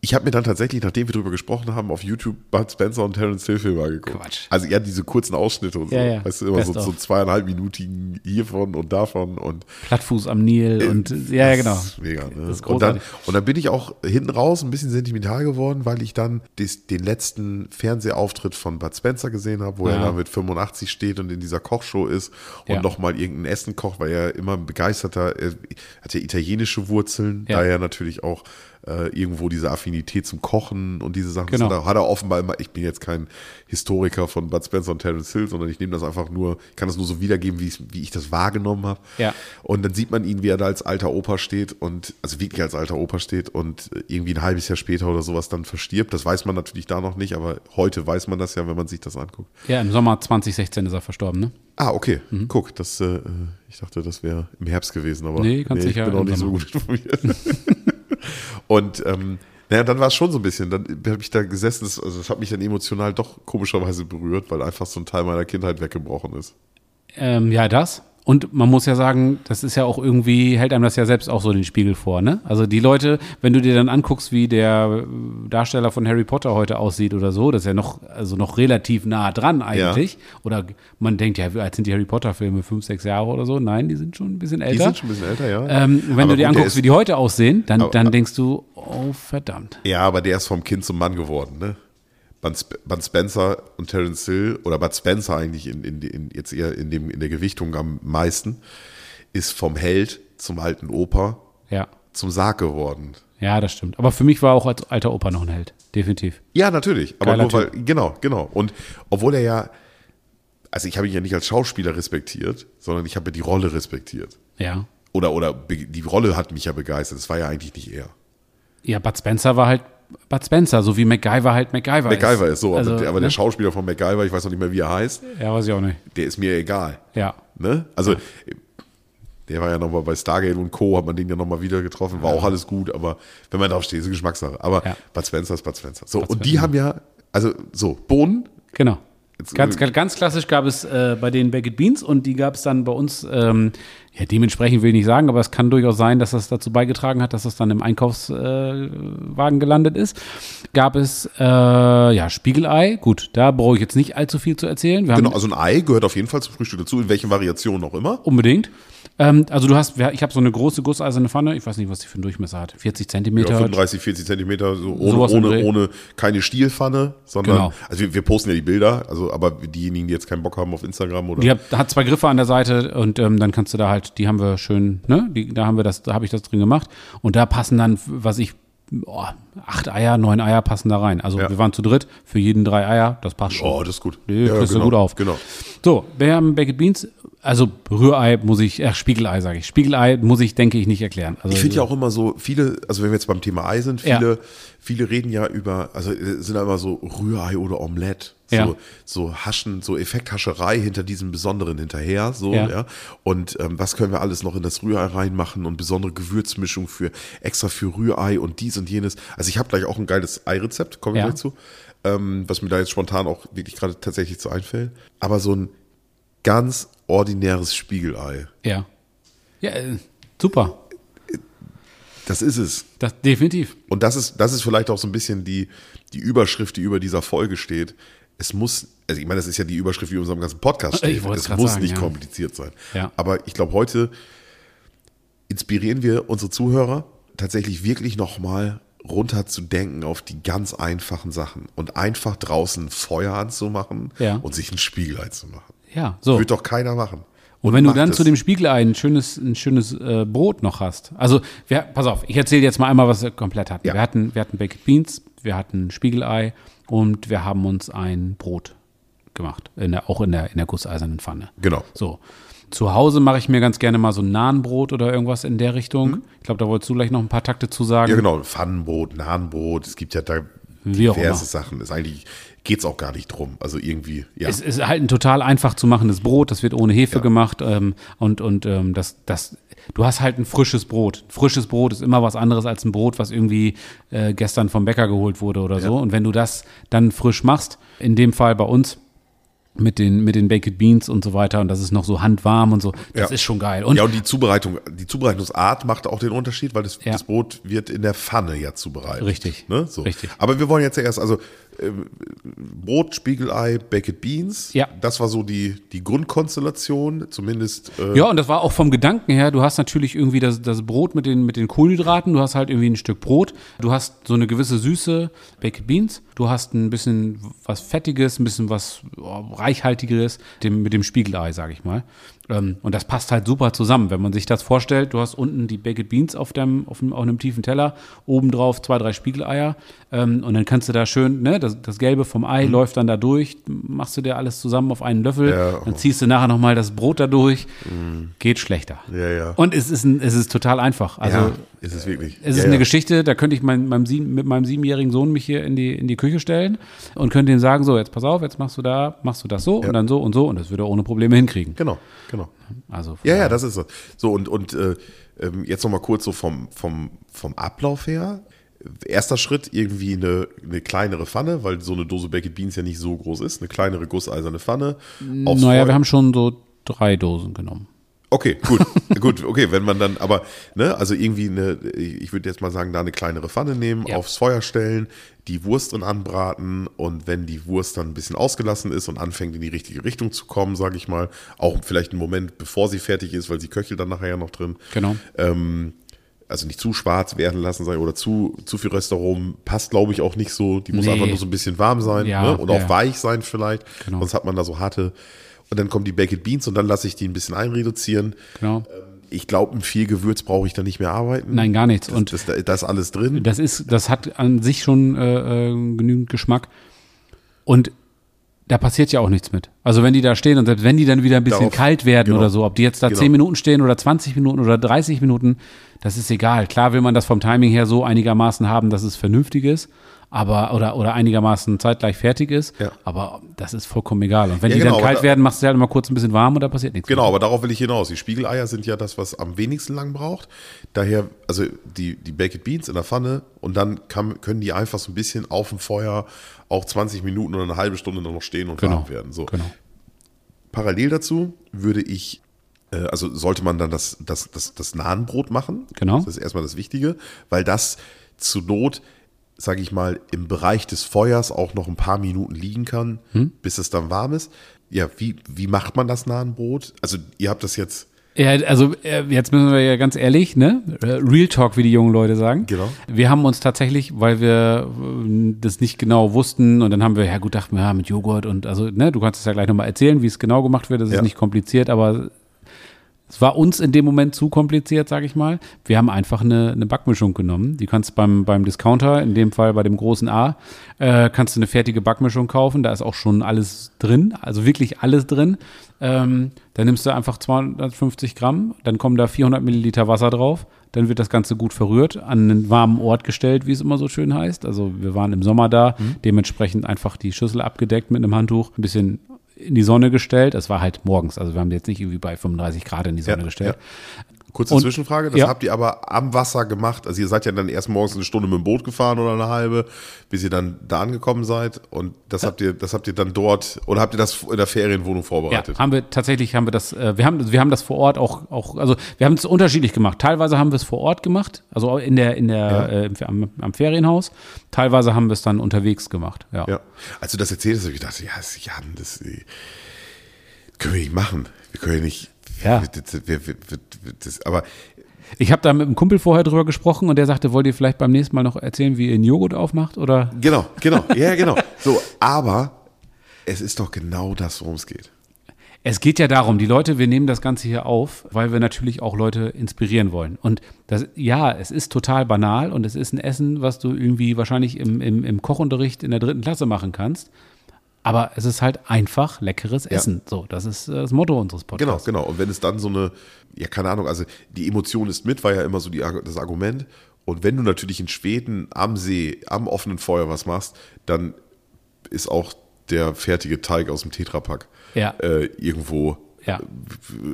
Speaker 2: Ich habe mir dann tatsächlich, nachdem wir drüber gesprochen haben, auf YouTube Bud Spencer und Terence Hill Filme angeguckt.
Speaker 1: Quatsch.
Speaker 2: Also ja, diese kurzen Ausschnitte und so.
Speaker 1: Ja, ja.
Speaker 2: Weißt du, immer so,
Speaker 1: Best of.
Speaker 2: so zweieinhalb Minutigen hiervon und davon und
Speaker 1: Plattfuß am Nil und ja, ja,
Speaker 2: Äh, das
Speaker 1: genau.
Speaker 2: ist Mega, ne?
Speaker 1: Das ist
Speaker 2: und, dann,
Speaker 1: großartig.
Speaker 2: und dann bin ich auch hinten raus ein bisschen sentimental geworden, weil ich dann des, den letzten Fernsehauftritt von Bud Spencer gesehen habe, wo
Speaker 1: Ja.
Speaker 2: er da mit 85 steht und in dieser Kochshow ist und
Speaker 1: Ja.
Speaker 2: nochmal irgendein Essen kocht, weil er immer ein begeisterter, er hat ja italienische Wurzeln,
Speaker 1: Ja.
Speaker 2: daher natürlich auch äh, irgendwo diese Affinität zum Kochen und diese Sachen. Das
Speaker 1: Genau.
Speaker 2: Hat, er, hat er offenbar immer, ich bin jetzt kein Historiker von Bud Spencer und Terence Hill, sondern ich nehme das einfach nur, ich kann das nur so wiedergeben, wie, ich's- wie ich das wahrgenommen habe.
Speaker 1: Ja.
Speaker 2: Und dann sieht man ihn, wie er da als alter Opa steht und, also wirklich als alter Opa steht und irgendwie ein halbes Jahr später oder sowas dann verstirbt. Das weiß man natürlich da noch nicht, aber heute weiß man das ja, wenn man sich das anguckt.
Speaker 1: Ja, im Sommer 2016 ist er verstorben, ne?
Speaker 2: Ah, okay. Guck, das, äh, ich dachte, das wäre im Herbst gewesen, aber
Speaker 1: Nee, ganz
Speaker 2: ich
Speaker 1: sicher
Speaker 2: bin auch
Speaker 1: im
Speaker 2: nicht so
Speaker 1: Sommer.
Speaker 2: gut informiert. und ähm, naja, dann war es schon so ein bisschen. Dann habe ich da gesessen, das, also das hat mich dann emotional doch komischerweise berührt, weil einfach so ein Teil meiner Kindheit weggebrochen ist.
Speaker 1: Ähm, ja, das. Und man muss ja sagen, das ist ja auch irgendwie, hält einem das ja selbst auch so den Spiegel vor, ne? Also die Leute, wenn du dir dann anguckst, wie der äh, Darsteller von Harry Potter heute aussieht oder so, das ist ja noch, also noch relativ nah dran eigentlich. Oder man denkt, ja, wie alt sind die Harry Potter-Filme? Fünf, sechs Jahre oder so? Nein, die sind schon ein bisschen älter.
Speaker 2: Die sind schon ein bisschen älter, ja.
Speaker 1: ähm, wenn
Speaker 2: Aber
Speaker 1: du dir
Speaker 2: gut, der
Speaker 1: anguckst,
Speaker 2: ist-
Speaker 1: wie die heute aussehen, dann,
Speaker 2: Aber-
Speaker 1: dann denkst du, oh verdammt.
Speaker 2: Ja, aber der ist vom Kind zum Mann geworden, ne? Bud Sp- Bud Spencer und Terence Hill, oder Bud Spencer eigentlich in, in, in, jetzt eher in, dem, in der Gewichtung am meisten, ist vom Held zum alten Opa
Speaker 1: Ja.
Speaker 2: zum Sarg geworden.
Speaker 1: Ja, das stimmt. Aber für mich war auch als alter Opa noch ein Held. Definitiv.
Speaker 2: Ja, natürlich. Aber
Speaker 1: Geiler
Speaker 2: nur weil, genau, genau. Und obwohl er ja, also ich habe ihn ja nicht als Schauspieler respektiert, sondern ich habe die Rolle respektiert.
Speaker 1: Ja.
Speaker 2: Oder, oder be- die Rolle hat mich ja begeistert. Es war ja eigentlich nicht er.
Speaker 1: Ja, Bud Spencer war halt Bud Spencer, so wie MacGyver halt MacGyver,
Speaker 2: MacGyver ist so,
Speaker 1: Also,
Speaker 2: aber, der, aber der
Speaker 1: ne?
Speaker 2: Schauspieler von MacGyver, ich weiß noch nicht mehr, wie er heißt,
Speaker 1: Ja, weiß ich auch nicht.
Speaker 2: der ist mir egal.
Speaker 1: Ja.
Speaker 2: Ne? Also, der war ja nochmal bei Stargate und Co., hat man den ja nochmal wieder getroffen, war auch alles gut, aber wenn man drauf steht, ist eine Geschmackssache. Aber
Speaker 1: Ja.
Speaker 2: Bud Spencer ist Bud Spencer. So,
Speaker 1: Bud
Speaker 2: und die
Speaker 1: Spencer.
Speaker 2: haben ja, also so, Bohnen,
Speaker 1: Genau.
Speaker 2: Jetzt-
Speaker 1: Ganz, ganz, ganz klassisch gab es äh, bei den Baked Beans und die gab es dann bei uns, ähm, ja, dementsprechend will ich nicht sagen, aber es kann durchaus sein, dass das dazu beigetragen hat, dass das dann im Einkaufswagen äh, Wagen gelandet ist. Gab es, äh, ja, Spiegelei. Gut, da brauche ich jetzt nicht allzu viel zu erzählen. Wir
Speaker 2: genau,
Speaker 1: haben
Speaker 2: also ein Ei gehört auf jeden Fall zum Frühstück dazu, in welchen Variationen auch immer.
Speaker 1: Unbedingt. Ähm, also du hast, ich habe so eine große gusseiserne Pfanne, ich weiß nicht, was die für einen Durchmesser hat, 40
Speaker 2: Ja,
Speaker 1: Zentimeter.
Speaker 2: 35, 40 Zentimeter, so ohne,
Speaker 1: Sowas im
Speaker 2: ohne,
Speaker 1: Dreh.
Speaker 2: ohne keine Stielpfanne, sondern,
Speaker 1: Genau.
Speaker 2: also wir, wir posten ja die Bilder, also aber diejenigen, die jetzt keinen Bock haben auf Instagram oder
Speaker 1: die hat, hat zwei Griffe an der Seite und ähm, dann kannst du da halt, die haben wir schön, ne, die, da haben wir das, da habe ich das drin gemacht und da passen dann, was ich, oh, acht Eier, neun Eier passen da rein. Also
Speaker 2: Ja.
Speaker 1: wir waren zu dritt, für jeden drei Eier, das passt schon.
Speaker 2: Oh, das ist gut.
Speaker 1: Nee,
Speaker 2: Ja,
Speaker 1: kriegst
Speaker 2: genau,
Speaker 1: du gut auf.
Speaker 2: genau.
Speaker 1: So, wir haben Baked Beans, also Rührei muss ich, ach, Spiegelei sage ich. Spiegelei muss ich, denke ich, nicht erklären. Also,
Speaker 2: Ich finde ja auch immer so, viele, also wenn wir jetzt beim Thema Ei sind,
Speaker 1: Ja.
Speaker 2: viele, viele reden ja über, also äh, sind ja immer so Rührei oder Omelette. So,
Speaker 1: Ja.
Speaker 2: so Haschen, so Effekthascherei hinter diesem Besonderen hinterher, so,
Speaker 1: Ja.
Speaker 2: ja. Und ähm, was können wir alles noch in das Rührei reinmachen und besondere Gewürzmischung für extra für Rührei und dies und jenes. Also ich habe gleich auch ein geiles Ei-Rezept, komme ich
Speaker 1: Ja.
Speaker 2: gleich zu. ähm, was mir da jetzt spontan auch wirklich gerade tatsächlich zu einfällt. Aber so ein ganz ordinäres Spiegelei.
Speaker 1: Ja. Ja, äh, super.
Speaker 2: Das ist es.
Speaker 1: Das, definitiv.
Speaker 2: Und das ist, das ist vielleicht auch so ein bisschen die, die Überschrift, die über dieser Folge steht. Es muss, also ich meine, das ist ja die Überschrift, die über unserem ganzen Podcast
Speaker 1: Ich
Speaker 2: steht.
Speaker 1: wollte
Speaker 2: es
Speaker 1: grad
Speaker 2: muss
Speaker 1: sagen,
Speaker 2: nicht
Speaker 1: ja.
Speaker 2: kompliziert sein.
Speaker 1: Ja.
Speaker 2: Aber ich glaube, heute inspirieren wir unsere Zuhörer tatsächlich wirklich nochmal runterzudenken auf die ganz einfachen Sachen und einfach draußen Feuer anzumachen
Speaker 1: Ja.
Speaker 2: und sich einen Spiegel einzumachen.
Speaker 1: Ja, so.
Speaker 2: Wird doch keiner machen.
Speaker 1: Und wenn du
Speaker 2: macht
Speaker 1: dann
Speaker 2: es.
Speaker 1: zu dem Spiegelei ein schönes, ein schönes äh, Brot noch hast. Also, wir, pass auf, ich erzähle jetzt mal einmal, was wir komplett hatten.
Speaker 2: Ja.
Speaker 1: Wir hatten. Wir hatten Baked Beans, wir hatten Spiegelei und wir haben uns ein Brot gemacht. In der, auch in der, in der gusseisernen Pfanne.
Speaker 2: Genau.
Speaker 1: So. Zu Hause mache ich mir ganz gerne mal so ein Nahenbrot oder irgendwas in der Richtung. Ich glaube, da wolltest du gleich noch ein paar Takte zu sagen.
Speaker 2: Mhm. Ja, genau. Pfannenbrot, Nahenbrot, es gibt ja da
Speaker 1: Wie auch
Speaker 2: diverse
Speaker 1: immer.
Speaker 2: Sachen. Ist eigentlich geht's auch gar nicht drum. Also irgendwie, ja.
Speaker 1: Es ist halt ein total einfach zu machendes Brot, das wird ohne Hefe
Speaker 2: Ja.
Speaker 1: gemacht ähm, und, und ähm, das, das, du hast halt ein frisches Brot. Frisches Brot ist immer was anderes als ein Brot, was irgendwie äh, gestern vom Bäcker geholt wurde oder so. Und wenn du das dann frisch machst, in dem Fall bei uns mit den, mit den Baked Beans und so weiter und das ist noch so handwarm und so, das
Speaker 2: Ja.
Speaker 1: ist schon geil. Und
Speaker 2: ja, und die Zubereitung, die Zubereitungsart macht auch den Unterschied, weil das,
Speaker 1: Ja.
Speaker 2: das Brot wird in der Pfanne ja zubereitet.
Speaker 1: Richtig.
Speaker 2: Ne? So.
Speaker 1: Richtig.
Speaker 2: Aber wir wollen jetzt ja erst, also ähm, Brot, Spiegelei, Baked Beans.
Speaker 1: Ja.
Speaker 2: Das war so die, die Grundkonstellation, zumindest. Äh,
Speaker 1: Ja, und das war auch vom Gedanken her, du hast natürlich irgendwie das, das Brot mit den, mit den Kohlenhydraten, du hast halt irgendwie ein Stück Brot, du hast so eine gewisse Süße, Baked Beans, du hast ein bisschen was Fettiges, ein bisschen was oh, Reichhaltigeres dem, mit dem Spiegelei, sag ich mal. Ähm, und das passt halt super zusammen, wenn man sich das vorstellt, du hast unten die Baked Beans auf, dem, auf, dem, auf einem tiefen Teller, obendrauf zwei, drei Spiegeleier ähm, und dann kannst du da schön, ne, das, das Gelbe vom Ei läuft dann da durch, machst du dir alles zusammen auf einen Löffel,
Speaker 2: Ja.
Speaker 1: dann ziehst du nachher nochmal das Brot dadurch, geht schlechter.
Speaker 2: Mhm. Ja, ja.
Speaker 1: Und es ist, ein, es ist total einfach. Also
Speaker 2: ja, ist es wirklich.
Speaker 1: es ist
Speaker 2: ja,
Speaker 1: eine
Speaker 2: ja.
Speaker 1: Geschichte, da könnte ich mein, meinem sieben, mit meinem siebenjährigen Sohn mich hier in die, in die Küche stellen und könnte ihm sagen, so, jetzt pass auf, jetzt machst du da, machst du das so und dann so und so und das würde er ohne Probleme hinkriegen.
Speaker 2: Genau, genau.
Speaker 1: Also von
Speaker 2: Ja, ja,
Speaker 1: daher-
Speaker 2: das ist so. So, und, und äh, ähm, jetzt nochmal kurz so vom, vom, vom Ablauf her. Erster Schritt, irgendwie eine, eine kleinere Pfanne, weil so eine Dose Baked Beans ja nicht so groß ist. Eine kleinere gusseiserne Pfanne. Aufs
Speaker 1: Naja,
Speaker 2: Feuer-
Speaker 1: wir haben schon so drei Dosen genommen.
Speaker 2: Okay, gut, gut, okay, wenn man dann, aber, ne, also irgendwie eine, ich würde jetzt mal sagen, da eine kleinere Pfanne nehmen,
Speaker 1: Ja.
Speaker 2: aufs Feuer stellen, die Wurst drin anbraten und wenn die Wurst dann ein bisschen ausgelassen ist und anfängt in die richtige Richtung zu kommen, sage ich mal, auch vielleicht einen Moment, bevor sie fertig ist, weil sie köchelt dann nachher ja noch drin,
Speaker 1: Genau.
Speaker 2: ähm, also nicht zu schwarz werden lassen sag ich, oder zu, zu viel Röstaromen passt, glaube ich, auch nicht so. Die muss
Speaker 1: Nee.
Speaker 2: einfach nur so ein bisschen warm sein
Speaker 1: Ja,
Speaker 2: ne? und
Speaker 1: ja.
Speaker 2: auch weich sein vielleicht.
Speaker 1: Genau.
Speaker 2: Sonst hat man da so harte. Und dann kommen die Baked Beans und dann lasse ich die ein bisschen einreduzieren.
Speaker 1: Genau.
Speaker 2: Ich glaube, ein viel Gewürz brauche ich da nicht mehr arbeiten.
Speaker 1: Nein, gar nichts. Und
Speaker 2: das, das, das ist alles drin.
Speaker 1: Das ist, das hat an sich schon äh, äh, genügend Geschmack. Und da passiert ja auch nichts mit. Also wenn die da stehen und selbst wenn die dann wieder ein bisschen
Speaker 2: Darauf-
Speaker 1: kalt werden
Speaker 2: genau.
Speaker 1: oder so, ob die jetzt da
Speaker 2: Genau.
Speaker 1: 10 Minuten stehen oder 20 Minuten oder 30 Minuten, das ist egal. Klar will man das vom Timing her so einigermaßen haben, dass es vernünftig ist, aber oder, oder einigermaßen zeitgleich fertig ist.
Speaker 2: Ja.
Speaker 1: Aber das ist vollkommen egal. Und wenn
Speaker 2: Ja,
Speaker 1: die
Speaker 2: genau,
Speaker 1: dann kalt
Speaker 2: aber da-
Speaker 1: werden, machst du sie halt mal kurz ein bisschen warm und da passiert nichts.
Speaker 2: Genau, aber darauf will ich hinaus. Die Spiegeleier sind ja das, was am wenigsten lang braucht. Daher, also die, die Baked Beans in der Pfanne und dann kann, können die einfach so ein bisschen auf dem Feuer auch 20 Minuten oder eine halbe Stunde dann noch stehen und
Speaker 1: Genau.
Speaker 2: warm werden. So.
Speaker 1: Genau.
Speaker 2: Parallel dazu würde ich, äh, also sollte man dann das, das, das, das Nahenbrot machen.
Speaker 1: Genau.
Speaker 2: Das ist erstmal das Wichtige, weil das zu Not, sage ich mal, im Bereich des Feuers auch noch ein paar Minuten liegen kann,
Speaker 1: Hm?
Speaker 2: bis es dann warm ist. Ja, wie, wie macht man das Nahenbrot? Also ihr habt das jetzt,
Speaker 1: Ja, also äh, jetzt müssen wir ja ganz ehrlich, ne? Real Talk, wie die jungen Leute sagen.
Speaker 2: Genau.
Speaker 1: Wir haben uns tatsächlich, weil wir äh, das nicht genau wussten und dann haben wir, ja gut, dachten wir, ja, mit Joghurt und also, ne, du kannst es ja gleich nochmal erzählen, wie es genau gemacht wird. Das
Speaker 2: Ja.
Speaker 1: ist nicht kompliziert, aber es war uns in dem Moment zu kompliziert, sag ich mal. Wir haben einfach eine, eine Backmischung genommen. Die kannst beim, beim Discounter, in dem Fall bei dem großen A, äh, kannst du eine fertige Backmischung kaufen. Da ist auch schon alles drin, also wirklich alles drin. Ähm, dann nimmst du einfach 250 Gramm, dann kommen da 400 Milliliter Wasser drauf. Dann wird das Ganze gut verrührt, an einen warmen Ort gestellt, wie es immer so schön heißt. Also wir waren im Sommer da, dementsprechend einfach die Schüssel abgedeckt mit einem Handtuch, ein bisschen in die Sonne gestellt. Es war halt morgens, also wir haben die jetzt nicht irgendwie bei 35 Grad in die Sonne
Speaker 2: Ja,
Speaker 1: gestellt.
Speaker 2: Kurze
Speaker 1: Und-
Speaker 2: Zwischenfrage, das
Speaker 1: ja.
Speaker 2: habt ihr aber am Wasser gemacht. Also ihr seid ja dann erst morgens eine Stunde mit dem Boot gefahren oder eine halbe, bis ihr dann da angekommen seid. Und das habt ihr, das habt ihr dann dort oder habt ihr das in der Ferienwohnung
Speaker 1: Ja,
Speaker 2: vorbereitet?
Speaker 1: haben wir tatsächlich haben wir das. Äh, wir haben wir haben das vor Ort auch auch. Also wir haben es unterschiedlich gemacht. Teilweise haben wir es vor Ort gemacht, also in der in der äh, im, am, am Ferienhaus. Teilweise haben wir es dann unterwegs gemacht. Ja.
Speaker 2: Ja. Als du das erzählt hast, habe ich gedacht, ja, das- Jan, das äh, können wir nicht machen. Wir können ja nicht.
Speaker 1: Ja.
Speaker 2: Das, wir, wir, wir, das, aber
Speaker 1: Ich habe da mit einem Kumpel vorher drüber gesprochen und der sagte, wollt ihr vielleicht beim nächsten Mal noch erzählen, wie ihr einen Joghurt aufmacht oder?
Speaker 2: genau, genau, ja, genau. So, aber es ist doch genau das, worum es geht.
Speaker 1: Es geht ja darum, die Leute, wir nehmen das Ganze hier auf, weil wir natürlich auch Leute inspirieren wollen. Und das, ja, es ist total banal und es ist ein Essen, was du irgendwie wahrscheinlich im, im, im Kochunterricht in der dritten Klasse machen kannst. Aber es ist halt einfach leckeres Essen. So, das ist äh, das Motto unseres
Speaker 2: Genau,
Speaker 1: Podcasts.
Speaker 2: genau. Und wenn es dann so eine, ja, keine Ahnung, also die Emotion ist mit, war ja immer so die, Argu- das Argument. Und wenn du natürlich in Schweden am See, am offenen Feuer was machst, dann ist auch der fertige Teig aus dem Tetrapack
Speaker 1: Ja.
Speaker 2: äh, irgendwo,
Speaker 1: Ja.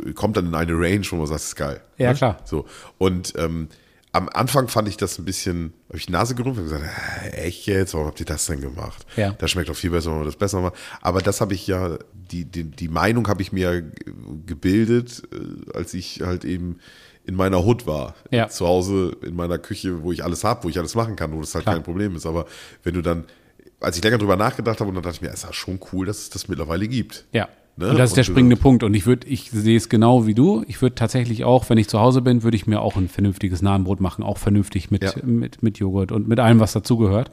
Speaker 2: äh, kommt dann in eine Range, wo man sagt, das ist geil.
Speaker 1: Ja,
Speaker 2: Ne?
Speaker 1: klar.
Speaker 2: So. Und ähm, am Anfang fand ich das ein bisschen, habe ich die Nase gerümpft und gesagt, "Äh, echt jetzt, warum habt ihr das denn gemacht?
Speaker 1: Ja.
Speaker 2: Das schmeckt doch viel besser, wenn man das besser macht. Aber das habe ich ja, die, die, die Meinung habe ich mir ge- gebildet, äh, als ich halt eben in meiner Hut war.
Speaker 1: Ja.
Speaker 2: Zu Hause, in meiner Küche, wo ich alles habe, wo ich alles machen kann, wo das halt
Speaker 1: Klar.
Speaker 2: kein Problem ist. Aber wenn du dann, als ich länger drüber nachgedacht habe, und dann dachte ich mir, es ist ja schon cool, dass es das mittlerweile gibt.
Speaker 1: Ja.
Speaker 2: Ne?
Speaker 1: Und das ist der
Speaker 2: Und, äh,
Speaker 1: springende Punkt. Und ich würde, ich sehe es genau wie du. Ich würde tatsächlich auch, wenn ich zu Hause bin, würde ich mir auch ein vernünftiges Nahenbrot machen, auch vernünftig mit,
Speaker 2: Ja.
Speaker 1: mit, mit Joghurt und mit allem, was dazugehört.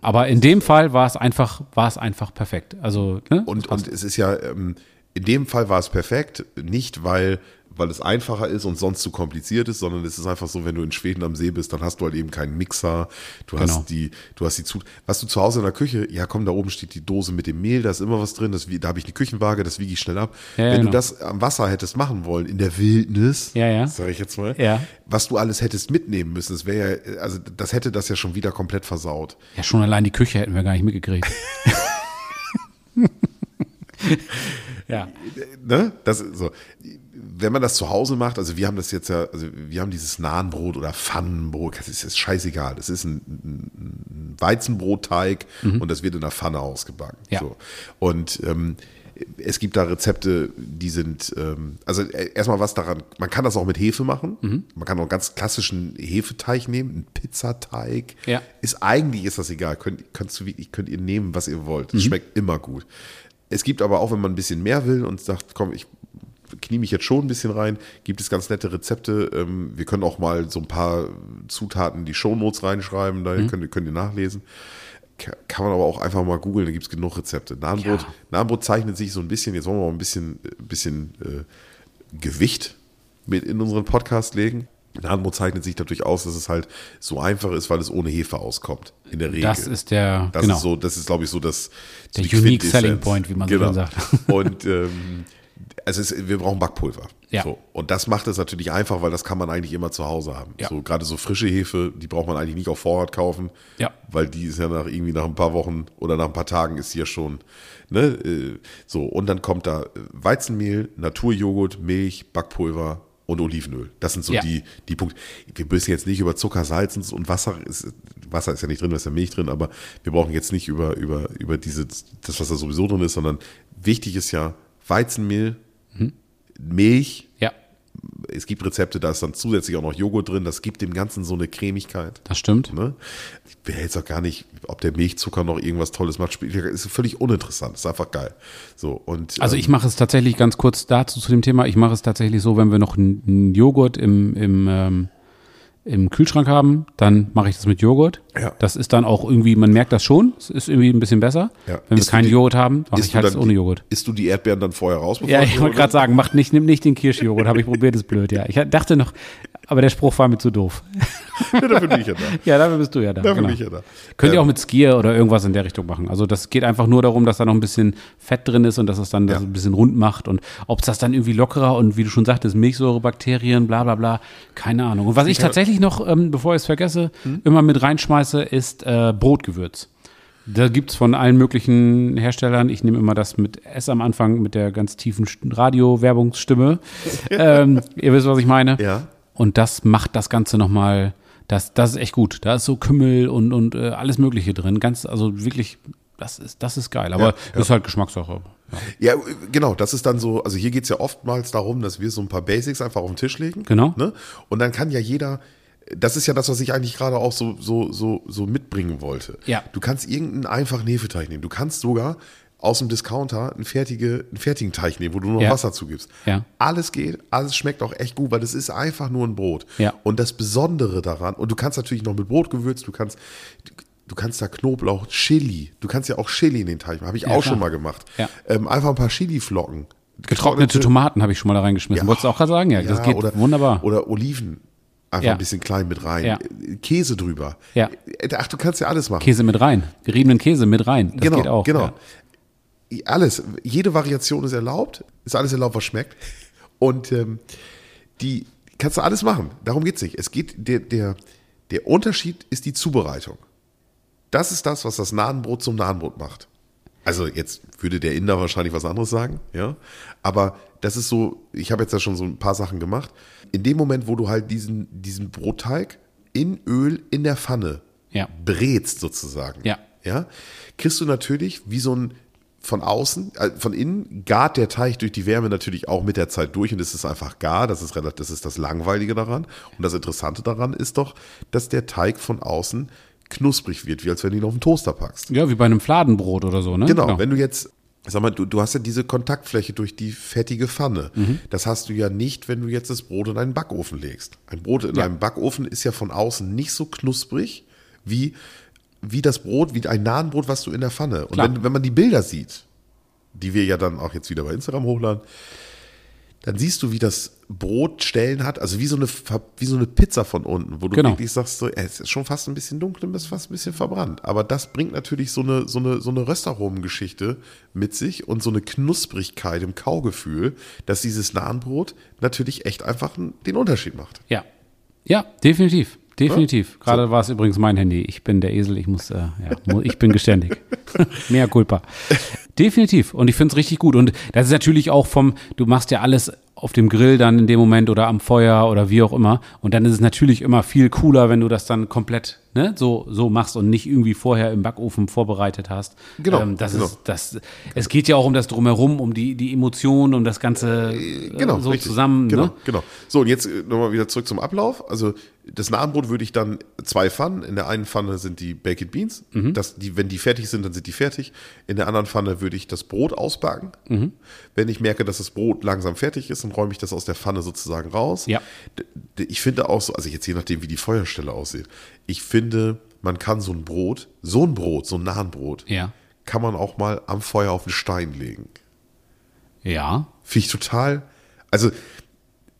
Speaker 1: Aber in dem Fall war es einfach, war es einfach perfekt. Also, ne?
Speaker 2: Und, und es ist ja, ähm, in dem Fall war es perfekt, nicht weil, weil es einfacher ist und sonst zu kompliziert ist, sondern es ist einfach so, wenn du in Schweden am See bist, dann hast du halt eben keinen Mixer, du hast
Speaker 1: Genau.
Speaker 2: die, du hast die Zut Was du zu Hause in der Küche, ja komm, da oben steht die Dose mit dem Mehl, da ist immer was drin, das, wie- da habe ich eine Küchenwaage, das wiege ich schnell ab.
Speaker 1: Ja, ja,
Speaker 2: wenn du
Speaker 1: genau.
Speaker 2: das am Wasser hättest machen wollen, in der Wildnis,
Speaker 1: Ja, ja.
Speaker 2: sage ich jetzt mal,
Speaker 1: Ja.
Speaker 2: was du alles hättest mitnehmen müssen, das wäre ja, also das hätte das ja schon wieder komplett versaut.
Speaker 1: ja, schon allein die Küche hätten wir gar nicht mitgekriegt. ja.
Speaker 2: ne, das ist so. Wenn man das zu Hause macht, also wir haben das jetzt ja, also wir haben dieses Nahenbrot oder Pfannenbrot, das ist jetzt scheißegal. Das ist ein, ein Weizenbrotteig und das wird in der Pfanne ausgebacken.
Speaker 1: Ja.
Speaker 2: So. Und ähm, es gibt da Rezepte, die sind, ähm, also äh, erstmal was daran, man kann das auch mit Hefe machen. Man kann auch einen ganz klassischen Hefeteig nehmen, einen Pizzateig.
Speaker 1: Ja.
Speaker 2: Ist eigentlich ist das egal. Könnt, könntest du, wie- könnt ihr nehmen, was ihr wollt. Es schmeckt immer gut. Es gibt aber auch, wenn man ein bisschen mehr will und sagt, komm, ich knie mich jetzt schon ein bisschen rein, gibt es ganz nette Rezepte. Ähm, Wir können auch mal so ein paar Zutaten in die Shownotes reinschreiben, da könnt, ihr- könnt ihr nachlesen. Ka- Kann man aber auch einfach mal googeln, da gibt es genug Rezepte. Nahenbrot,
Speaker 1: Ja.
Speaker 2: Nahenbrot zeichnet sich so ein bisschen, jetzt wollen wir mal ein bisschen, bisschen äh, Gewicht mit in unseren Podcast legen. Nahenbrot zeichnet sich dadurch aus, dass es halt so einfach ist, weil es ohne Hefe auskommt. In der Regel.
Speaker 1: Das ist der,
Speaker 2: Das
Speaker 1: genau.
Speaker 2: ist so, das ist, glaube ich, so das so
Speaker 1: Der
Speaker 2: die
Speaker 1: unique
Speaker 2: Quintessenz. Genau.
Speaker 1: selling point, wie man so schön sagt.
Speaker 2: Und ähm, also es ist, wir brauchen Backpulver.
Speaker 1: Ja.
Speaker 2: So. Und das macht es natürlich einfach, weil das kann man eigentlich immer zu Hause haben.
Speaker 1: Ja.
Speaker 2: So gerade so frische Hefe, die braucht man eigentlich nicht auf Vorrat kaufen.
Speaker 1: Ja.
Speaker 2: Weil die ist ja nach irgendwie nach ein paar Wochen oder nach ein paar Tagen ist die ja schon, ne, äh, so. Und dann kommt da äh, Weizenmehl, Naturjoghurt, Milch, Backpulver und Olivenöl. Das sind so
Speaker 1: Ja.
Speaker 2: die, die Punkte. Wir müssen jetzt nicht über Zucker, Salz und, und Wasser, ist, Wasser ist ja nicht drin, da ist ja Milch drin, aber wir brauchen jetzt nicht über, über, über diese, das, was da sowieso drin ist, sondern wichtig ist ja Weizenmehl, Milch.
Speaker 1: ja,
Speaker 2: Es gibt Rezepte, da ist dann zusätzlich auch noch Joghurt drin. Das gibt dem Ganzen so eine Cremigkeit.
Speaker 1: das stimmt.
Speaker 2: Ne? Ich behält es auch gar nicht, ob der Milchzucker noch irgendwas Tolles macht. Spielt- Ist völlig uninteressant. Ist einfach geil. So, und,
Speaker 1: Also
Speaker 2: ähm,
Speaker 1: ich mache es tatsächlich ganz kurz dazu zu dem Thema. Ich mache es tatsächlich so, wenn wir noch einen einen Joghurt im, im, ähm, im Kühlschrank haben, dann mache ich das mit Joghurt.
Speaker 2: Ja.
Speaker 1: Das ist dann auch irgendwie, man merkt das schon, es ist irgendwie ein bisschen besser.
Speaker 2: Ja.
Speaker 1: Wenn
Speaker 2: Isst
Speaker 1: wir
Speaker 2: du
Speaker 1: keinen
Speaker 2: die-
Speaker 1: Joghurt haben, mache
Speaker 2: isst
Speaker 1: ich
Speaker 2: du
Speaker 1: halt
Speaker 2: dann
Speaker 1: ohne
Speaker 2: die-
Speaker 1: Joghurt.
Speaker 2: Isst du die Erdbeeren dann vorher raus? bevor
Speaker 1: Ja,
Speaker 2: du
Speaker 1: ich
Speaker 2: Joghurt
Speaker 1: wollte gerade
Speaker 2: machst?
Speaker 1: sagen, macht nicht, nimm nicht den Kirschjoghurt, habe ich probiert, ist blöd, ja. Ich dachte noch, aber der Spruch war mir zu doof.
Speaker 2: Ja, dafür bin ich ja da.
Speaker 1: Ja, dafür bist du ja da.
Speaker 2: Dafür
Speaker 1: genau.
Speaker 2: bin ich ja da.
Speaker 1: Könnt ihr
Speaker 2: Ähm,
Speaker 1: auch mit Skier oder irgendwas in der Richtung machen. Also das geht einfach nur darum, dass da noch ein bisschen Fett drin ist und dass es dann das
Speaker 2: Ja.
Speaker 1: ein bisschen rund macht und ob es das dann irgendwie lockerer und wie du schon sagtest, Milchsäurebakterien, bla bla bla, keine Ahnung. Und was ich tatsächlich noch, ähm, bevor ich es vergesse,
Speaker 2: Hm?
Speaker 1: immer mit reinschmeiße, ist äh, Brotgewürz. Da gibt's von allen möglichen Herstellern. Ich nehme immer das mit S am Anfang, mit der ganz tiefen Radio-Werbungsstimme. ähm, ihr wisst, was ich meine.
Speaker 2: Ja.
Speaker 1: Und das macht das Ganze nochmal, das, das ist echt gut. Da ist so Kümmel und, und äh, alles Mögliche drin. Ganz, also wirklich, das ist, das ist geil. Aber
Speaker 2: ja.
Speaker 1: ist halt Geschmackssache. Ja.
Speaker 2: Ja, genau, das ist dann so, also hier geht's ja oftmals darum, dass wir so ein paar Basics einfach auf den Tisch legen.
Speaker 1: Genau.
Speaker 2: Ne? Und dann kann ja jeder, das ist ja das, was ich eigentlich gerade auch so, so, so, so mitbringen wollte.
Speaker 1: Ja.
Speaker 2: Du kannst irgendeinen einfachen Hefeteig nehmen. Du kannst sogar aus dem Discounter einen, fertige, einen fertigen Teig nehmen, wo du nur
Speaker 1: Ja.
Speaker 2: Wasser zugibst.
Speaker 1: Ja.
Speaker 2: Alles geht, alles schmeckt auch echt gut, weil das ist einfach nur ein Brot.
Speaker 1: Ja.
Speaker 2: Und das Besondere daran, und du kannst natürlich noch mit Brot gewürzt, du kannst, du kannst da Knoblauch, Chili, du kannst ja auch Chili in den Teig machen, habe ich
Speaker 1: klar.
Speaker 2: auch schon mal gemacht.
Speaker 1: Ja.
Speaker 2: Ähm, einfach ein paar Chili-Flocken.
Speaker 1: Getrocknete Tomaten habe ich schon mal da reingeschmissen.
Speaker 2: Ja.
Speaker 1: Wolltest du auch gerade sagen? Ja, das geht wunderbar.
Speaker 2: Oder Oliven. Einfach
Speaker 1: Ja.
Speaker 2: ein bisschen klein mit rein.
Speaker 1: Ja.
Speaker 2: Käse drüber. Äh,
Speaker 1: Ja.
Speaker 2: Ach, du kannst ja alles machen.
Speaker 1: Käse mit rein. Geriebenen Käse mit rein. Das
Speaker 2: genau,
Speaker 1: geht auch.
Speaker 2: Genau.
Speaker 1: Ja.
Speaker 2: Alles. Jede Variation ist erlaubt. Ist alles erlaubt, was schmeckt. Und ähm, die kannst du alles machen. Darum geht's nicht. Es geht, der, der, der Unterschied ist die Zubereitung. Das ist das, was das Nahenbrot zum Nahenbrot macht. Also jetzt würde der Inder wahrscheinlich was anderes sagen, ja. Aber das ist so, ich habe jetzt ja schon so ein paar Sachen gemacht. In dem Moment, wo du halt diesen, diesen Brotteig in Öl in der Pfanne
Speaker 1: Ja.
Speaker 2: brätst sozusagen,
Speaker 1: Ja.
Speaker 2: ja, kriegst du natürlich wie so ein von außen, äh, von innen gart der Teig durch die Wärme natürlich auch mit der Zeit durch und es ist einfach gar, das ist relativ, das ist das Langweilige daran. Und das Interessante daran ist doch, dass der Teig von außen knusprig wird, wie als wenn du ihn auf den Toaster packst.
Speaker 1: ja, wie bei einem Fladenbrot oder so, ne?
Speaker 2: Genau, wenn du jetzt, sag mal, du, du hast ja diese Kontaktfläche durch die fettige Pfanne.
Speaker 1: Mhm.
Speaker 2: Das hast du ja nicht, wenn du jetzt das Brot in einen Backofen legst. Ein Brot in
Speaker 1: Ja.
Speaker 2: einem Backofen ist ja von außen nicht so knusprig wie, wie das Brot, wie ein Nahenbrot, was du in der Pfanne. Und
Speaker 1: Klar.
Speaker 2: wenn, wenn man die Bilder sieht, die wir ja dann auch jetzt wieder bei Instagram hochladen, dann siehst du, wie das Brot Stellen hat, also wie so eine, Ver- wie so eine Pizza von unten, wo du
Speaker 1: Genau.
Speaker 2: wirklich sagst, so, ey, es ist schon fast ein bisschen dunkel und es ist fast ein bisschen verbrannt. Aber das bringt natürlich so eine, so eine, so eine Röstaromengeschichte mit sich und so eine Knusprigkeit im Kaugefühl, dass dieses Nahenbrot natürlich echt einfach n- den Unterschied macht.
Speaker 1: Ja. Ja, definitiv. Definitiv.
Speaker 2: Ja?
Speaker 1: Gerade war es übrigens mein Handy. Ich bin der Esel, ich muss, äh, ja, mu- ich bin geständig. Mehr culpa. Definitiv. Und ich finde es richtig gut. Und das ist natürlich auch vom, du machst ja alles auf dem Grill dann in dem Moment oder am Feuer oder wie auch immer. Und dann ist es natürlich immer viel cooler, wenn du das dann komplett ne, so, so machst und nicht irgendwie vorher im Backofen vorbereitet hast.
Speaker 2: Genau,
Speaker 1: Ähm, das
Speaker 2: genau.
Speaker 1: ist, das, es geht ja auch um das Drumherum, um die, die Emotionen, um das Ganze äh,
Speaker 2: Genau,
Speaker 1: so
Speaker 2: richtig.
Speaker 1: zusammen.
Speaker 2: Genau,
Speaker 1: Ne?
Speaker 2: genau. So, und jetzt äh, nochmal wieder zurück zum Ablauf. Also, das Nahenbrot würde ich dann zwei Pfannen. In der einen Pfanne sind die Baked Beans.
Speaker 1: Mhm.
Speaker 2: Das, die, wenn die fertig sind, dann sind die fertig. In der anderen Pfanne würde ich das Brot ausbacken.
Speaker 1: Mhm.
Speaker 2: Wenn ich merke, dass das Brot langsam fertig ist, dann räume ich das aus der Pfanne sozusagen raus.
Speaker 1: Ja.
Speaker 2: D- d- Ich finde auch so, also jetzt je nachdem, wie die Feuerstelle aussieht, ich finde, man kann so ein Brot, so ein Brot, so ein Nahenbrot,
Speaker 1: Ja.
Speaker 2: kann man auch mal am Feuer auf einen Stein legen.
Speaker 1: Ja.
Speaker 2: Finde ich total, also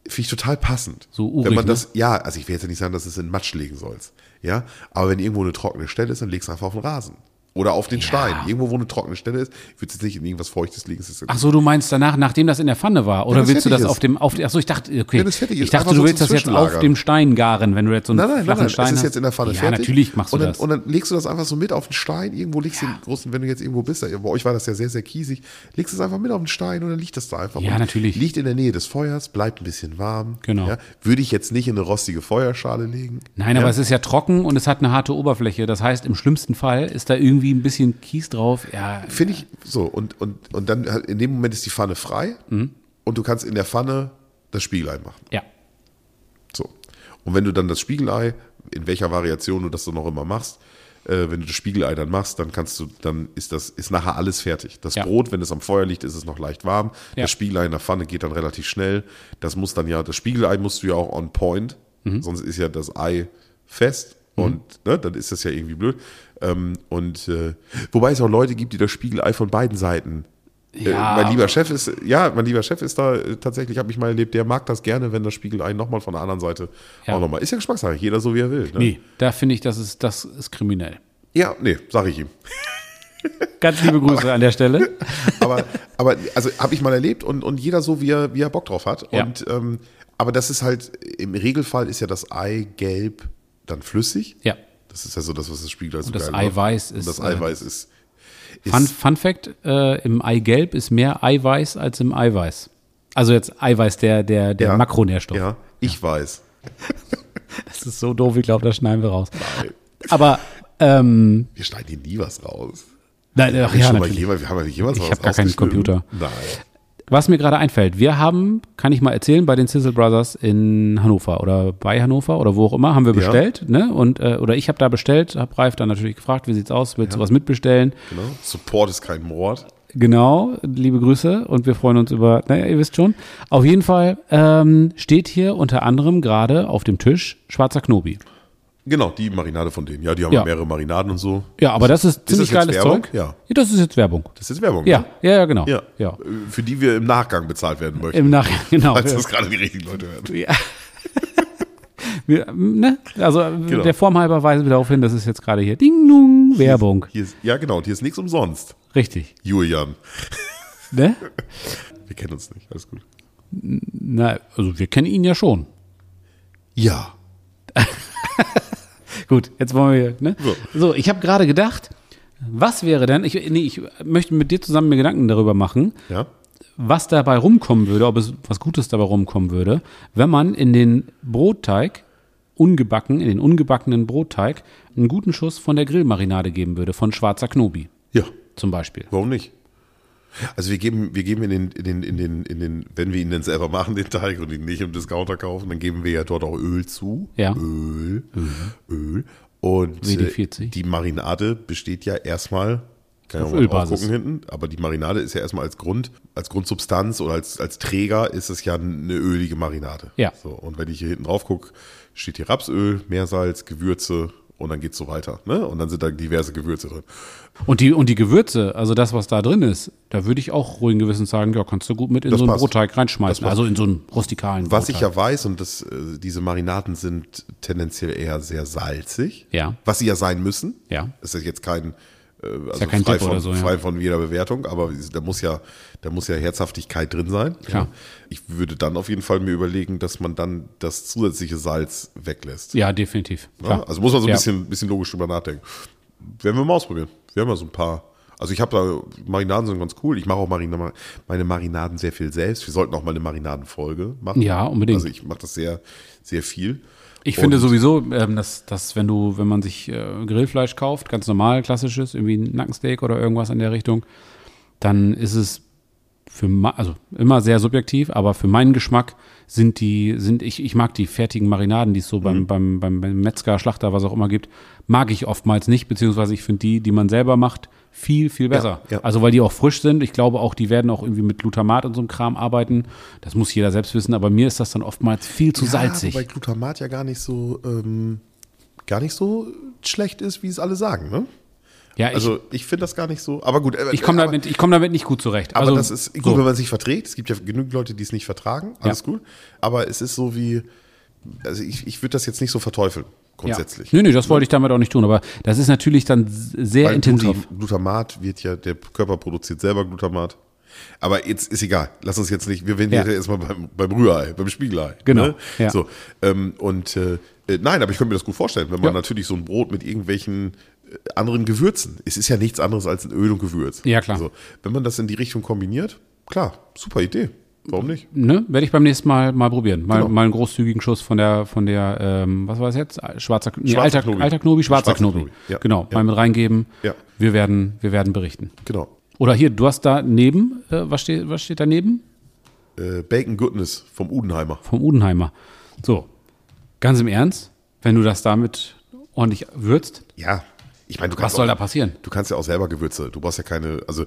Speaker 2: finde ich total passend.
Speaker 1: So urig,
Speaker 2: wenn man
Speaker 1: ne?
Speaker 2: das, ja, also ich will jetzt ja nicht sagen, dass du es in Matsch legen sollst. Ja, aber wenn irgendwo eine trockene Stelle ist, dann legst du einfach auf den Rasen. Oder auf den Stein. Irgendwo, wo eine trockene Stelle ist, wird es nicht in irgendwas Feuchtes liegen. Es ist
Speaker 1: Ach so, du meinst danach, nachdem das in der Pfanne war? Oder
Speaker 2: das
Speaker 1: willst du das
Speaker 2: fertig ist.
Speaker 1: auf dem, auf, ach so, ich dachte, okay,
Speaker 2: Wenn das fertig
Speaker 1: ich
Speaker 2: ist,
Speaker 1: dachte,
Speaker 2: einfach
Speaker 1: du
Speaker 2: so
Speaker 1: willst
Speaker 2: zum
Speaker 1: das jetzt auf
Speaker 2: Zwischenlagern.
Speaker 1: dem Stein garen, wenn du jetzt so einen
Speaker 2: Nein, nein, nein,
Speaker 1: flachen
Speaker 2: nein.
Speaker 1: Stein
Speaker 2: es ist
Speaker 1: hast.
Speaker 2: jetzt in der Pfanne
Speaker 1: ja,
Speaker 2: fertig.
Speaker 1: natürlich machst du
Speaker 2: und dann,
Speaker 1: das.
Speaker 2: Und dann legst du das einfach so mit auf den Stein. Irgendwo legst du den großen, wenn du jetzt irgendwo bist, bei euch war das ja sehr, sehr kiesig, legst du es einfach mit auf den Stein und dann liegt das da einfach.
Speaker 1: Ja,
Speaker 2: und
Speaker 1: natürlich.
Speaker 2: Liegt in der Nähe des Feuers, bleibt ein bisschen warm.
Speaker 1: Genau.
Speaker 2: Ja, würde ich jetzt nicht in eine rostige Feuerschale legen.
Speaker 1: nein, aber es ist ja trocken und es hat eine harte Oberfläche. Das heißt, im schlimmsten Fall ist da irgendwie ein bisschen Kies drauf. Ja,
Speaker 2: Finde ich so. Und, und, und dann halt in dem Moment ist die Pfanne frei und du kannst in der Pfanne das Spiegelei machen.
Speaker 1: ja,
Speaker 2: So. Und wenn du dann das Spiegelei, in welcher Variation du das dann auch immer machst, äh, wenn du das Spiegelei dann machst, dann kannst du, dann ist das, ist nachher alles fertig. Das
Speaker 1: Ja.
Speaker 2: Brot, wenn es am Feuer liegt, ist es noch leicht warm.
Speaker 1: Ja.
Speaker 2: Das Spiegelei in der Pfanne geht dann relativ schnell. Das muss dann ja, das Spiegelei musst du ja auch on point,
Speaker 1: Mhm.
Speaker 2: sonst ist ja das Ei fest und ne, dann ist das ja irgendwie blöd. Ähm, und äh, wobei es auch Leute gibt, die das Spiegelei von beiden Seiten
Speaker 1: Ja.
Speaker 2: äh, mein lieber Chef ist, ja, mein lieber Chef ist da äh, tatsächlich, habe ich mal erlebt, der mag das gerne, wenn das Spiegelei nochmal von der anderen Seite
Speaker 1: Ja.
Speaker 2: auch nochmal. Ist ja Geschmackssache, jeder so wie er will. Ne?
Speaker 1: nee, da finde ich, das ist, das ist kriminell.
Speaker 2: Ja, nee, sage ich ihm.
Speaker 1: Ganz liebe Grüße an der Stelle.
Speaker 2: Aber, aber also habe ich mal erlebt und, und jeder so, wie er, wie er Bock drauf hat.
Speaker 1: Ja.
Speaker 2: Und, ähm, aber das ist halt, im Regelfall ist ja das Ei gelb dann flüssig.
Speaker 1: Ja.
Speaker 2: Das ist ja so das, was das Spiegelei so
Speaker 1: Und das
Speaker 2: geil macht.
Speaker 1: Eiweiß
Speaker 2: Und
Speaker 1: ist,
Speaker 2: das
Speaker 1: äh,
Speaker 2: Eiweiß ist, ist
Speaker 1: Fun, Fun Fact: äh, Im Eigelb ist mehr Eiweiß als im Eiweiß. Also jetzt Eiweiß, der, der, der
Speaker 2: Ja.
Speaker 1: Makronährstoff.
Speaker 2: Ja, ich weiß.
Speaker 1: Das ist so doof, ich glaube, das schneiden wir raus. Aber, ähm,
Speaker 2: Wir schneiden hier nie was raus.
Speaker 1: nein, ach,
Speaker 2: Hab ich
Speaker 1: ja,
Speaker 2: schon mal
Speaker 1: natürlich.
Speaker 2: jemals- wir haben ja nicht jemals
Speaker 1: Ich
Speaker 2: was
Speaker 1: hab gar keinen
Speaker 2: rausgeschnitten.
Speaker 1: Computer.
Speaker 2: Nein.
Speaker 1: Was mir gerade einfällt, wir haben, kann ich mal erzählen, bei den Sizzle Brothers in Hannover oder bei Hannover oder wo auch immer, haben wir
Speaker 2: Ja.
Speaker 1: bestellt, ne? Und äh, oder ich habe da bestellt, habe Ralf dann natürlich gefragt, wie sieht's aus, willst du was mitbestellen?
Speaker 2: Genau. Support ist kein Mord.
Speaker 1: Genau, liebe Grüße und wir freuen uns über, naja, ihr wisst schon. Auf jeden Fall ähm, steht hier unter anderem gerade auf dem Tisch schwarzer Knobi.
Speaker 2: Genau, die Marinade von denen. Ja, die haben
Speaker 1: Ja.
Speaker 2: ja mehrere Marinaden und so.
Speaker 1: Ja, aber das ist
Speaker 2: das
Speaker 1: ziemlich
Speaker 2: jetzt
Speaker 1: geiles
Speaker 2: Werbung?
Speaker 1: Zeug.
Speaker 2: Ja.
Speaker 1: Das ist jetzt Werbung.
Speaker 2: Das ist jetzt Werbung.
Speaker 1: Ja,
Speaker 2: ne?
Speaker 1: ja, ja, genau.
Speaker 2: ja.
Speaker 1: ja.
Speaker 2: Für die wir im Nachgang bezahlt werden möchten.
Speaker 1: Im Nachhinein, genau.
Speaker 2: Falls das gerade die richtigen Leute hören.
Speaker 1: Ja. Wir, ne? Also
Speaker 2: Genau.
Speaker 1: der Form halber weisen wir darauf hin, dass es jetzt gerade hier Ding Dong Werbung.
Speaker 2: Hier ist, ja, genau. Und hier ist nichts umsonst.
Speaker 1: Richtig.
Speaker 2: Julian.
Speaker 1: Ne?
Speaker 2: Wir kennen uns nicht. Alles gut.
Speaker 1: Na, also wir kennen ihn ja schon.
Speaker 2: Ja.
Speaker 1: Gut, jetzt wollen wir. Ne?
Speaker 2: So.
Speaker 1: So, ich habe gerade gedacht, was wäre denn? Ich, nee, ich möchte mit dir zusammen mir Gedanken darüber machen,
Speaker 2: Ja.
Speaker 1: was dabei rumkommen würde, ob es was Gutes dabei rumkommen würde, wenn man in den Brotteig ungebacken, in den ungebackenen Brotteig einen guten Schuss von der Grillmarinade geben würde, von schwarzer Knobi
Speaker 2: Ja.
Speaker 1: zum Beispiel.
Speaker 2: Warum nicht? Also wir geben, wir geben in den, in den, in den, in den, wenn wir ihn denn selber machen, den Teig und ihn nicht im Discounter kaufen, dann geben wir ja dort auch Öl zu.
Speaker 1: Ja. Mhm.
Speaker 2: Öl. Öl. Und äh,
Speaker 1: WD-40.
Speaker 2: die Marinade besteht ja erstmal, kann ja
Speaker 1: Auf
Speaker 2: mal drauf
Speaker 1: Ölbasis.
Speaker 2: gucken hinten, aber die Marinade ist ja erstmal als Grund, als Grundsubstanz oder als, als Träger ist es ja eine ölige Marinade.
Speaker 1: Ja.
Speaker 2: So, und wenn ich hier hinten drauf gucke, steht hier Rapsöl, Meersalz, Gewürze und dann geht's so weiter. Ne? Und dann sind da diverse Gewürze drin.
Speaker 1: Und die, und die Gewürze, also das, was da drin ist, da würde ich auch ruhigen Gewissens sagen, ja, kannst du gut mit in
Speaker 2: Das
Speaker 1: so einen
Speaker 2: passt.
Speaker 1: Brotteig reinschmeißen. Also in so einen rustikalen
Speaker 2: Was ich
Speaker 1: Brotteig.
Speaker 2: ja weiß, und das, äh, diese Marinaden sind tendenziell eher sehr salzig,
Speaker 1: Ja.
Speaker 2: was sie ja sein müssen.
Speaker 1: Ja.
Speaker 2: Das ist jetzt kein, äh, also
Speaker 1: ja kein
Speaker 2: frei,
Speaker 1: Tipp
Speaker 2: von,
Speaker 1: oder so, ja.
Speaker 2: frei von jeder Bewertung, aber da muss ja, da muss ja Herzhaftigkeit drin sein.
Speaker 1: Klar.
Speaker 2: Ich würde dann auf jeden Fall mir überlegen, dass man dann das zusätzliche Salz weglässt.
Speaker 1: Ja, definitiv.
Speaker 2: Ja,
Speaker 1: Klar.
Speaker 2: Also muss man so ein
Speaker 1: Ja.
Speaker 2: bisschen, bisschen logisch drüber nachdenken. Werden wir mal ausprobieren. Wir haben ja so ein paar. Also ich habe da, Marinaden sind ganz cool. Ich mache auch Marina, meine Marinaden sehr viel selbst. Wir sollten auch mal eine Marinadenfolge machen.
Speaker 1: Ja, unbedingt.
Speaker 2: Also ich mache das sehr, sehr viel.
Speaker 1: Ich finde
Speaker 2: Und-
Speaker 1: sowieso, ähm, dass, dass wenn du, wenn man sich äh, Grillfleisch kauft, ganz normal, klassisches, irgendwie ein Nackensteak oder irgendwas in der Richtung, dann ist es für ma also immer sehr subjektiv, aber für meinen Geschmack sind die, sind ich, ich mag die fertigen Marinaden, die es so
Speaker 2: Mhm.
Speaker 1: beim, beim, beim, beim Metzger, Schlachter, was auch immer gibt, mag ich oftmals nicht, beziehungsweise ich finde die, die man selber macht, viel, viel besser.
Speaker 2: ja.
Speaker 1: Also weil die auch frisch sind. Ich glaube auch, die werden auch irgendwie mit Glutamat und so einem Kram arbeiten. Das muss jeder selbst wissen, aber mir ist das dann oftmals viel zu salzig.
Speaker 2: Ja, wobei Glutamat ja gar nicht so, ähm, gar nicht so schlecht ist, wie es alle sagen. Ne?
Speaker 1: Ja, ich,
Speaker 2: Also ich finde das gar nicht so. Aber gut. äh,
Speaker 1: Ich komme
Speaker 2: aber-
Speaker 1: damit, ich komm damit nicht gut zurecht.
Speaker 2: Aber
Speaker 1: also,
Speaker 2: das ist gut,
Speaker 1: so.
Speaker 2: wenn man sich verträgt. Es gibt ja genügend Leute, die es nicht vertragen. Alles gut. Aber es ist so wie, also ich, ich würde das jetzt nicht so verteufeln,
Speaker 1: ja.
Speaker 2: grundsätzlich.
Speaker 1: Nee, nee, das wollte ich damit auch nicht tun. Aber das ist natürlich dann s- sehr
Speaker 2: Weil
Speaker 1: intensiv.
Speaker 2: Glutam- Glutamat wird ja, der Körper produziert selber Glutamat. Aber jetzt ist egal. Lass uns jetzt nicht, wir werden
Speaker 1: Ja.
Speaker 2: ja. erstmal beim, beim Rührei, beim Spiegelei.
Speaker 1: Genau,
Speaker 2: Ne?
Speaker 1: ja.
Speaker 2: So, ähm, und äh, äh, nein, aber ich könnte mir das gut vorstellen, wenn man
Speaker 1: Ja.
Speaker 2: natürlich so ein Brot mit irgendwelchen äh, anderen Gewürzen, es ist ja nichts anderes als ein Öl und Gewürz.
Speaker 1: Ja, klar.
Speaker 2: So, wenn man das in die Richtung kombiniert, klar, super Idee. Warum nicht?
Speaker 1: Ne? Werde ich beim nächsten Mal mal probieren. Mal,
Speaker 2: Genau.
Speaker 1: mal einen großzügigen Schuss von der, von der, ähm, was war es jetzt? Schwarzer, nee,
Speaker 2: Schwarzer
Speaker 1: alter,
Speaker 2: Knobi.
Speaker 1: alter Knobi, schwarzer,
Speaker 2: Schwarzer
Speaker 1: Knobi.
Speaker 2: Knobi, ja.
Speaker 1: Genau,
Speaker 2: Ja.
Speaker 1: mal mit reingeben.
Speaker 2: Ja.
Speaker 1: Wir werden, wir werden berichten.
Speaker 2: Genau.
Speaker 1: Oder hier, du hast da neben, äh, was steht, was steht daneben?
Speaker 2: Äh, Bacon Goodness vom Udenheimer.
Speaker 1: Vom Udenheimer. So. Ganz im Ernst, wenn du das damit ordentlich würzt,
Speaker 2: Ja. Ich meine, du
Speaker 1: was
Speaker 2: kannst
Speaker 1: soll
Speaker 2: auch,
Speaker 1: da passieren?
Speaker 2: Du kannst ja auch selber Gewürze. Du brauchst ja keine, also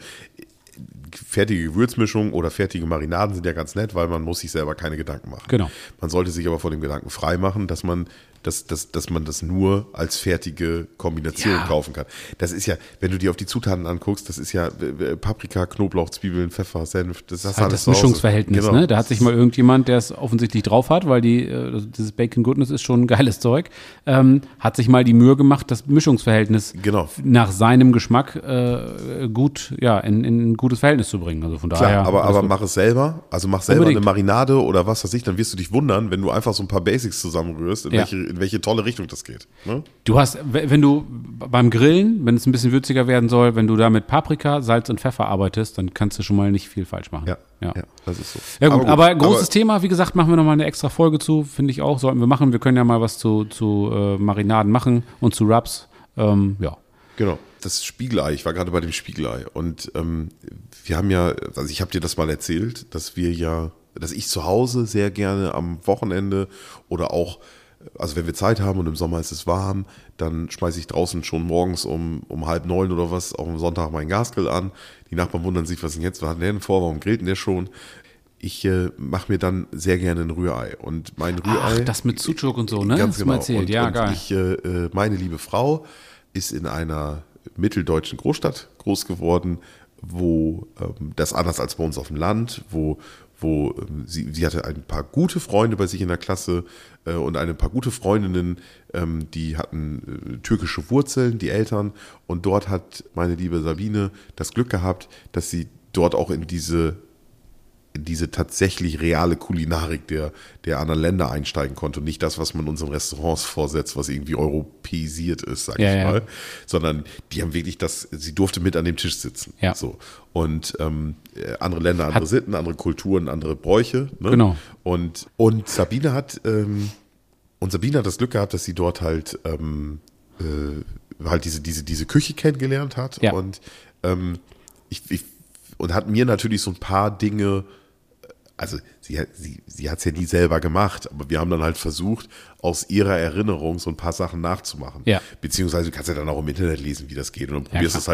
Speaker 2: fertige Gewürzmischungen oder fertige Marinaden sind ja ganz nett, weil man muss sich selber keine Gedanken machen.
Speaker 1: Genau.
Speaker 2: Man sollte sich aber von dem Gedanken frei machen, dass man, dass, dass, dass man das nur als fertige Kombination
Speaker 1: Ja.
Speaker 2: kaufen kann. Das ist ja, wenn du dir auf die Zutaten anguckst, das ist ja äh, äh, Paprika, Knoblauch, Zwiebeln, Pfeffer, Senf, das ist
Speaker 1: halt
Speaker 2: alles
Speaker 1: das
Speaker 2: zu Hause.
Speaker 1: Mischungsverhältnis,
Speaker 2: Genau.
Speaker 1: ne? Da hat sich mal irgendjemand, der es offensichtlich drauf hat, weil die, äh, also dieses Bacon Goodness ist schon ein geiles Zeug, ähm, hat sich mal die Mühe gemacht, das Mischungsverhältnis
Speaker 2: Genau.
Speaker 1: nach seinem Geschmack äh, gut, ja, in, in ein gutes Verhältnis zu bringen. Also von
Speaker 2: Klar,
Speaker 1: daher.
Speaker 2: aber,
Speaker 1: alles
Speaker 2: aber
Speaker 1: gut.
Speaker 2: mach es selber. Also mach selber
Speaker 1: Unbedingt.
Speaker 2: eine Marinade oder was weiß ich, dann wirst du dich wundern, wenn du einfach so ein paar Basics zusammenrührst, in,
Speaker 1: Ja.
Speaker 2: welche, in in welche tolle Richtung das geht. Ne?
Speaker 1: Du hast, w- wenn du beim Grillen, wenn es ein bisschen würziger werden soll, wenn du da mit Paprika, Salz und Pfeffer arbeitest, dann kannst du schon mal nicht viel falsch machen.
Speaker 2: ja,
Speaker 1: ja.
Speaker 2: ja, das ist so.
Speaker 1: Ja gut, aber, großes
Speaker 2: aber-
Speaker 1: Thema, wie gesagt, machen wir nochmal eine extra Folge zu, finde ich auch, sollten wir machen. Wir können ja mal was zu, zu äh, Marinaden machen und zu Wraps. Ähm, ja.
Speaker 2: Genau. Das Spiegelei, ich war gerade bei dem Spiegelei. Und ähm, wir haben ja, also ich habe dir das mal erzählt, dass wir ja, dass ich zu Hause sehr gerne am Wochenende oder auch, also wenn wir Zeit haben und im Sommer ist es warm, dann schmeiße ich draußen schon morgens um, um halb neun oder was, auch am Sonntag meinen Gasgrill an. Die Nachbarn wundern sich, was denn jetzt, was hat der denn vor, warum grillt denn der schon? Ich äh, mache mir dann sehr gerne ein Rührei. Und mein Rührei.
Speaker 1: Ach, das mit Sucuk und so, ne?
Speaker 2: Ganz
Speaker 1: Hast du mal
Speaker 2: genau.
Speaker 1: erzählt.
Speaker 2: Und,
Speaker 1: ja,
Speaker 2: und
Speaker 1: geil.
Speaker 2: Ich, äh, äh, meine liebe Frau ist in einer mitteldeutschen Großstadt groß geworden, wo ähm, das anders als bei uns auf dem Land, wo, wo ähm, sie, sie hatte ein paar gute Freunde bei sich in der Klasse äh, und ein paar gute Freundinnen, ähm, die hatten äh, türkische Wurzeln, die Eltern. Und dort hat meine liebe Sabine das Glück gehabt, dass sie dort auch in diese diese tatsächlich reale Kulinarik der, der anderen Länder einsteigen konnte und nicht das, was man uns in Restaurants vorsetzt, was irgendwie europäisiert ist, sag
Speaker 1: Ja,
Speaker 2: ich
Speaker 1: ja.
Speaker 2: mal, sondern die haben wirklich das, sie durfte mit an dem Tisch sitzen.
Speaker 1: Ja.
Speaker 2: So. Und ähm, äh, andere Länder, andere Sitten, andere Kulturen, andere Bräuche. Ne?
Speaker 1: Genau.
Speaker 2: Und, und Sabine hat, ähm, und Sabine hat das Glück gehabt, dass sie dort halt, ähm, äh, halt diese, diese, diese Küche kennengelernt hat
Speaker 1: Ja.
Speaker 2: und ähm, ich, ich, und hat mir natürlich so ein paar Dinge, also sie, hat- sie, sie hat es ja nie selber gemacht, aber wir haben dann halt versucht, aus ihrer Erinnerung so ein paar Sachen nachzumachen.
Speaker 1: Ja.
Speaker 2: Beziehungsweise du kannst ja dann auch im Internet lesen, wie das geht. Und dann probierst
Speaker 1: klar.
Speaker 2: es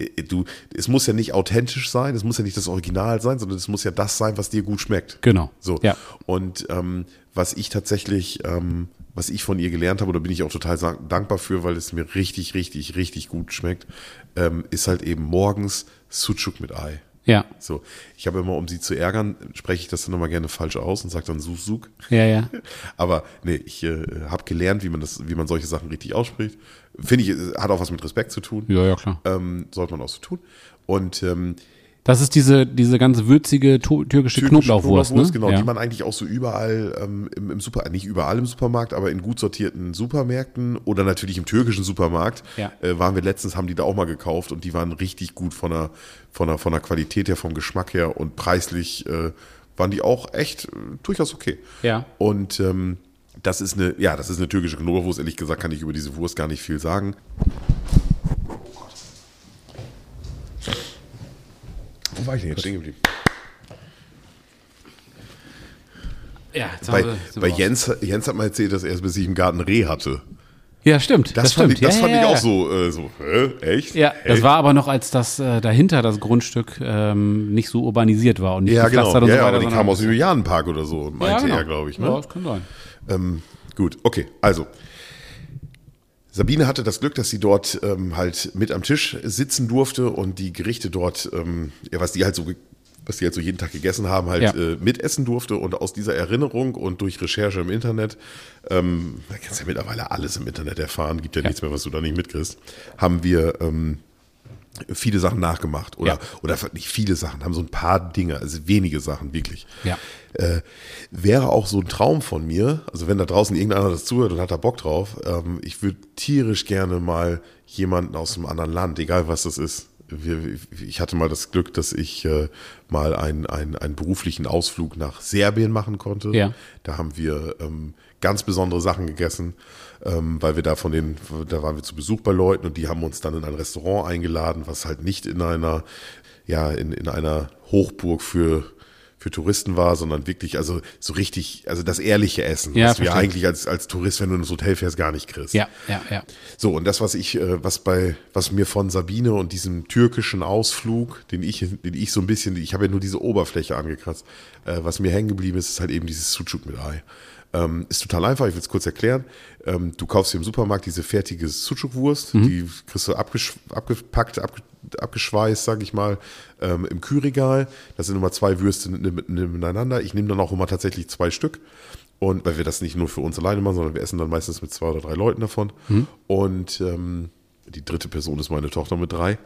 Speaker 2: halt. Äh, Du, es muss ja nicht authentisch sein, es muss ja nicht das Original sein, sondern es muss ja das sein, was dir gut schmeckt.
Speaker 1: Genau.
Speaker 2: So.
Speaker 1: Ja.
Speaker 2: Und ähm, was ich tatsächlich, ähm, was ich von ihr gelernt habe, oder bin ich auch total sa- dankbar für, weil es mir richtig, richtig, richtig gut schmeckt, ähm, ist halt eben morgens Sucuk mit Ei.
Speaker 1: Ja,
Speaker 2: So, ich habe immer, um sie zu ärgern, spreche ich das dann immer gerne falsch aus und sage dann Susuk.
Speaker 1: ja, ja.
Speaker 2: Aber nee, ich äh, habe gelernt, wie man das, wie man solche Sachen richtig ausspricht. Finde ich, äh, hat auch was mit Respekt zu tun.
Speaker 1: Ja, ja, klar.
Speaker 2: Ähm, sollte man auch so tun. Und ähm,
Speaker 1: Das ist diese, diese ganze würzige tu- türkische,
Speaker 2: türkische
Speaker 1: Knoblauchwurst, ne?
Speaker 2: genau,
Speaker 1: ja.
Speaker 2: die man eigentlich auch so überall ähm, im, im Super, nicht überall im Supermarkt, aber in gut sortierten Supermärkten oder natürlich im türkischen Supermarkt
Speaker 1: Ja.
Speaker 2: äh, waren wir letztens, haben die da auch mal gekauft und die waren richtig gut von der, von der, von der Qualität her, vom Geschmack her und preislich äh, waren die auch echt äh, durchaus okay.
Speaker 1: Ja.
Speaker 2: Und ähm, das ist eine, ja, das ist eine türkische Knoblauchwurst. Ehrlich gesagt kann ich über diese Wurst gar nicht viel sagen. Wo war ich denn jetzt stehen geblieben?
Speaker 1: ja, jetzt haben
Speaker 2: Bei,
Speaker 1: wir- sind
Speaker 2: bei
Speaker 1: wir raus.
Speaker 2: Jens, Jens hat mal erzählt, dass er es bis ich im Garten Reh hatte.
Speaker 1: Ja, stimmt.
Speaker 2: Das,
Speaker 1: Das,
Speaker 2: fand,
Speaker 1: stimmt.
Speaker 2: ich, das
Speaker 1: ja,
Speaker 2: fand
Speaker 1: ja,
Speaker 2: ich
Speaker 1: ja.
Speaker 2: auch so, äh, so hä, echt?
Speaker 1: Ja,
Speaker 2: Hä?
Speaker 1: das war aber noch, als das äh, dahinter das Grundstück ähm, nicht so urbanisiert war und nicht
Speaker 2: ja, genau.
Speaker 1: gepflastert und
Speaker 2: ja,
Speaker 1: so
Speaker 2: ja,
Speaker 1: weiter.
Speaker 2: aber die
Speaker 1: sondern-
Speaker 2: kam aus dem Julianenpark oder so, meinte
Speaker 1: genau.
Speaker 2: er, glaube ich. Ne?
Speaker 1: Ja, das kann sein.
Speaker 2: Ähm, gut, okay, also. Sabine hatte das Glück, dass sie dort ähm, halt mit am Tisch sitzen durfte und die Gerichte dort, ähm, ja, was die halt so ge- was die halt so jeden Tag gegessen haben, halt
Speaker 1: Ja.
Speaker 2: äh, mitessen durfte und aus dieser Erinnerung und durch Recherche im Internet, ähm, da kannst du ja mittlerweile alles im Internet erfahren, gibt ja, nichts mehr, was du da nicht mitkriegst, haben wir ähm, viele Sachen nachgemacht oder,
Speaker 1: Ja.
Speaker 2: oder nicht viele Sachen, haben so ein paar Dinge, also wenige Sachen wirklich
Speaker 1: Ja.
Speaker 2: äh, wäre auch so ein Traum von mir, also wenn da draußen irgendeiner das zuhört und hat da Bock drauf, ähm, ich würde tierisch gerne mal jemanden aus einem anderen Land, egal was das ist. Wir, ich hatte mal das Glück, dass ich äh, mal einen, einen, einen beruflichen Ausflug nach Serbien machen konnte.
Speaker 1: Ja.
Speaker 2: Da haben wir ähm, ganz besondere Sachen gegessen, ähm, weil wir da von den, da waren wir zu Besuch bei Leuten und die haben uns dann in ein Restaurant eingeladen, was halt nicht in einer, ja, in, in einer Hochburg für, für Touristen war, sondern wirklich, also so richtig, also das ehrliche Essen,
Speaker 1: Ja,
Speaker 2: was wir
Speaker 1: verstehe.
Speaker 2: eigentlich als, als Tourist, wenn du ins Hotel fährst, gar nicht kriegst.
Speaker 1: Ja, ja, ja.
Speaker 2: So, und das, was ich, äh, was bei, was mir von Sabine und diesem türkischen Ausflug, den ich, den ich so ein bisschen, ich habe ja nur diese Oberfläche angekratzt, äh, was mir hängen geblieben ist, ist halt eben dieses Sucuk mit Ei. Ähm, ist total einfach, ich will es kurz erklären. Ähm, du kaufst dir im Supermarkt diese fertige Sucuk-Wurst, die kriegst du abgesch abgepackt, abge abgeschweißt, sag ich mal, ähm, im Kühlregal. Das sind immer zwei Würste ne- ne- nebeneinander. Ich nehme dann auch immer tatsächlich zwei Stück. Und weil wir das nicht nur für uns alleine machen, sondern wir essen dann meistens mit zwei oder drei Leuten davon.
Speaker 1: Hm.
Speaker 2: Und ähm, die dritte Person ist meine Tochter mit drei.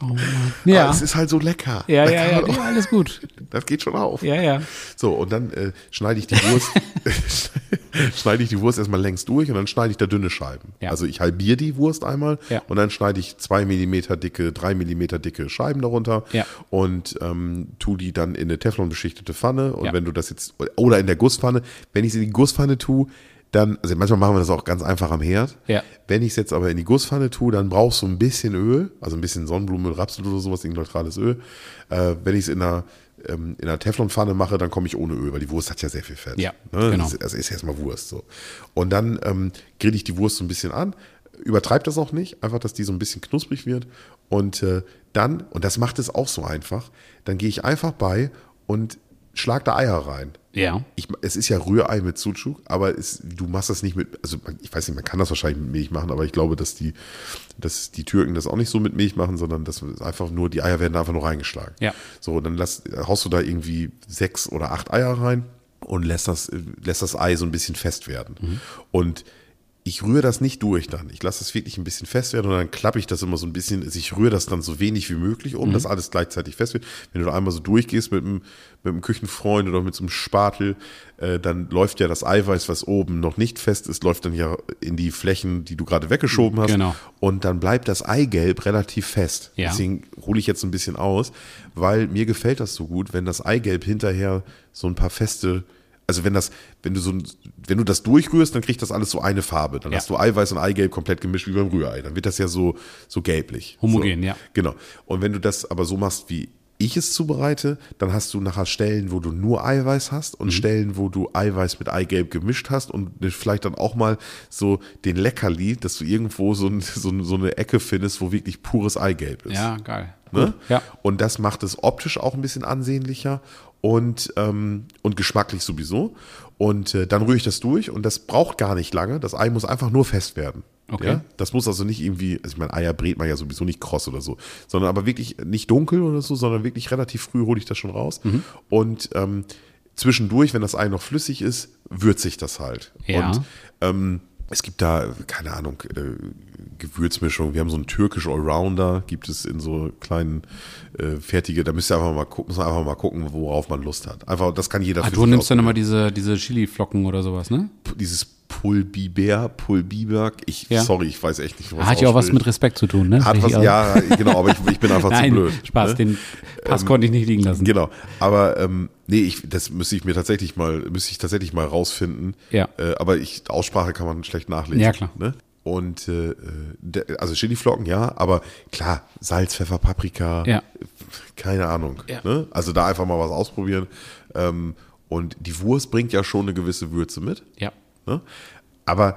Speaker 1: Oh Mann. Ja.
Speaker 2: Aber es ist halt so lecker.
Speaker 1: Ja,
Speaker 2: Da
Speaker 1: ja,
Speaker 2: kann
Speaker 1: ja,
Speaker 2: man
Speaker 1: ja, alles gut.
Speaker 2: auch- Das geht schon auf.
Speaker 1: Ja, ja.
Speaker 2: So, und dann äh, schneide ich die Wurst, schneide ich die Wurst erstmal längs durch und dann schneide ich da dünne Scheiben.
Speaker 1: Ja.
Speaker 2: Also ich halbiere die Wurst einmal
Speaker 1: Ja.
Speaker 2: und dann schneide ich zwei Millimeter dicke, drei Millimeter dicke Scheiben darunter
Speaker 1: Ja.
Speaker 2: und ähm, tu die dann in eine Teflon beschichtete Pfanne. Und
Speaker 1: Ja.
Speaker 2: wenn du das jetzt, oder in der Gusspfanne, wenn ich sie in die Gusspfanne tue, dann, also manchmal machen wir das auch ganz einfach am Herd.
Speaker 1: Ja.
Speaker 2: Wenn ich es jetzt aber in die Gusspfanne tue, dann brauchst du ein bisschen Öl, also ein bisschen Sonnenblumenöl, Rapsöl oder sowas, irgendein neutrales Öl. Äh, wenn ich es in einer, ähm, in einer Teflonpfanne mache, dann komme ich ohne Öl, weil die Wurst hat ja sehr viel Fett.
Speaker 1: Ja,
Speaker 2: ne?
Speaker 1: genau.
Speaker 2: Das ist, das ist ja erstmal Wurst. So. Und dann ähm, grill ich die Wurst so ein bisschen an, übertreib das auch nicht, einfach, dass die so ein bisschen knusprig wird. Und äh, dann, und das macht es auch so einfach, dann gehe ich einfach bei und schlag da Eier rein
Speaker 1: Ja.
Speaker 2: ich, es ist ja Rührei mit Sucuk, aber es, du machst das nicht mit, also man- ich weiß nicht, man kann das wahrscheinlich mit Milch machen, aber ich glaube, dass die, dass die Türken das auch nicht so mit Milch machen, sondern dass es einfach nur, die Eier werden einfach nur reingeschlagen.
Speaker 1: Ja.
Speaker 2: So, dann lass, haust du da irgendwie sechs oder acht Eier rein und lässt das, äh, lässt das Ei so ein bisschen fest werden.
Speaker 1: Mhm.
Speaker 2: Und ich rühre das nicht durch dann. Ich lasse das wirklich ein bisschen fest werden und dann klappe ich das immer so ein bisschen. Also ich rühre das dann so wenig wie möglich um,
Speaker 1: Mhm.
Speaker 2: dass alles gleichzeitig fest wird. Wenn du da einmal so durchgehst mit einem, mit einem Küchenfreund oder mit so einem Spatel, äh, dann läuft ja das Eiweiß, was oben noch nicht fest ist, läuft dann ja in die Flächen, die du gerade weggeschoben hast.
Speaker 1: Genau.
Speaker 2: Und dann bleibt das Eigelb relativ fest.
Speaker 1: Ja.
Speaker 2: Deswegen ruhle ich jetzt ein bisschen aus, weil mir gefällt das so gut, wenn das Eigelb hinterher so ein paar feste, also wenn das, wenn du so, ein- wenn du das durchrührst, dann kriegt das alles so eine Farbe. Dann
Speaker 1: Ja.
Speaker 2: hast du Eiweiß und Eigelb komplett gemischt wie beim Rührei. Dann wird das ja so, so gelblich.
Speaker 1: Homogen,
Speaker 2: so.
Speaker 1: ja.
Speaker 2: Genau. Und wenn du das aber so machst, wie ich es zubereite, dann hast du nachher Stellen, wo du nur Eiweiß hast
Speaker 1: Mhm.
Speaker 2: und Stellen, wo du Eiweiß mit Eigelb gemischt hast und ne, vielleicht dann auch mal so den Leckerli, dass du irgendwo so, ein, so, ein- so eine Ecke findest, wo wirklich pures Eigelb ist.
Speaker 1: Ja, geil.
Speaker 2: Ne?
Speaker 1: Ja.
Speaker 2: Und das macht es optisch auch ein bisschen ansehnlicher und, ähm, und geschmacklich sowieso. Und äh, dann rühre ich das durch und das braucht gar nicht lange. Das Ei muss einfach nur fest werden.
Speaker 1: Okay.
Speaker 2: Ja? Das muss also nicht irgendwie, also ich meine, Eier brät man ja sowieso nicht kross oder so, sondern aber wirklich nicht dunkel oder so, sondern wirklich relativ früh hole ich das schon raus.
Speaker 1: Mhm.
Speaker 2: Und ähm, zwischendurch, wenn das Ei noch flüssig ist, würze ich das halt.
Speaker 1: Ja.
Speaker 2: Und ähm, es gibt da, keine Ahnung, äh, Gewürzmischung. Wir haben so einen türkischen Allrounder, gibt es in so kleinen äh, fertige, da müsst ihr einfach mal gucken, muss man einfach mal gucken, worauf man Lust hat. Einfach, das kann jeder
Speaker 1: Ah,
Speaker 2: für
Speaker 1: du
Speaker 2: sich
Speaker 1: nimmst dann
Speaker 2: ausprobieren.
Speaker 1: immer diese, diese Chili-Flocken oder sowas, ne?
Speaker 2: dieses Pulbiber, Pulbiber, ich,
Speaker 1: Ja.
Speaker 2: sorry, ich weiß echt nicht, was
Speaker 1: Hat ja auch was
Speaker 2: ausspricht.
Speaker 1: mit Respekt zu tun, ne?
Speaker 2: Hat was,
Speaker 1: Richtig, also-
Speaker 2: ja, genau, aber ich, ich bin einfach
Speaker 1: Nein,
Speaker 2: zu blöd.
Speaker 1: Spaß,
Speaker 2: ne?
Speaker 1: den Pass konnte ich nicht liegen lassen.
Speaker 2: Genau. Aber ähm, nee, ich, das müsste ich mir tatsächlich mal, müsste ich tatsächlich mal rausfinden.
Speaker 1: Ja.
Speaker 2: Äh, aber ich, Aussprache kann man schlecht nachlesen.
Speaker 1: Ja, klar.
Speaker 2: Ne? Und äh, de- also Chiliflocken, ja, aber klar, Salz, Pfeffer, Paprika,
Speaker 1: Ja.
Speaker 2: keine Ahnung.
Speaker 1: Ja.
Speaker 2: Ne? Also da einfach mal was ausprobieren. Ähm, und die Wurst bringt ja schon eine gewisse Würze mit.
Speaker 1: Ja.
Speaker 2: Ne? Aber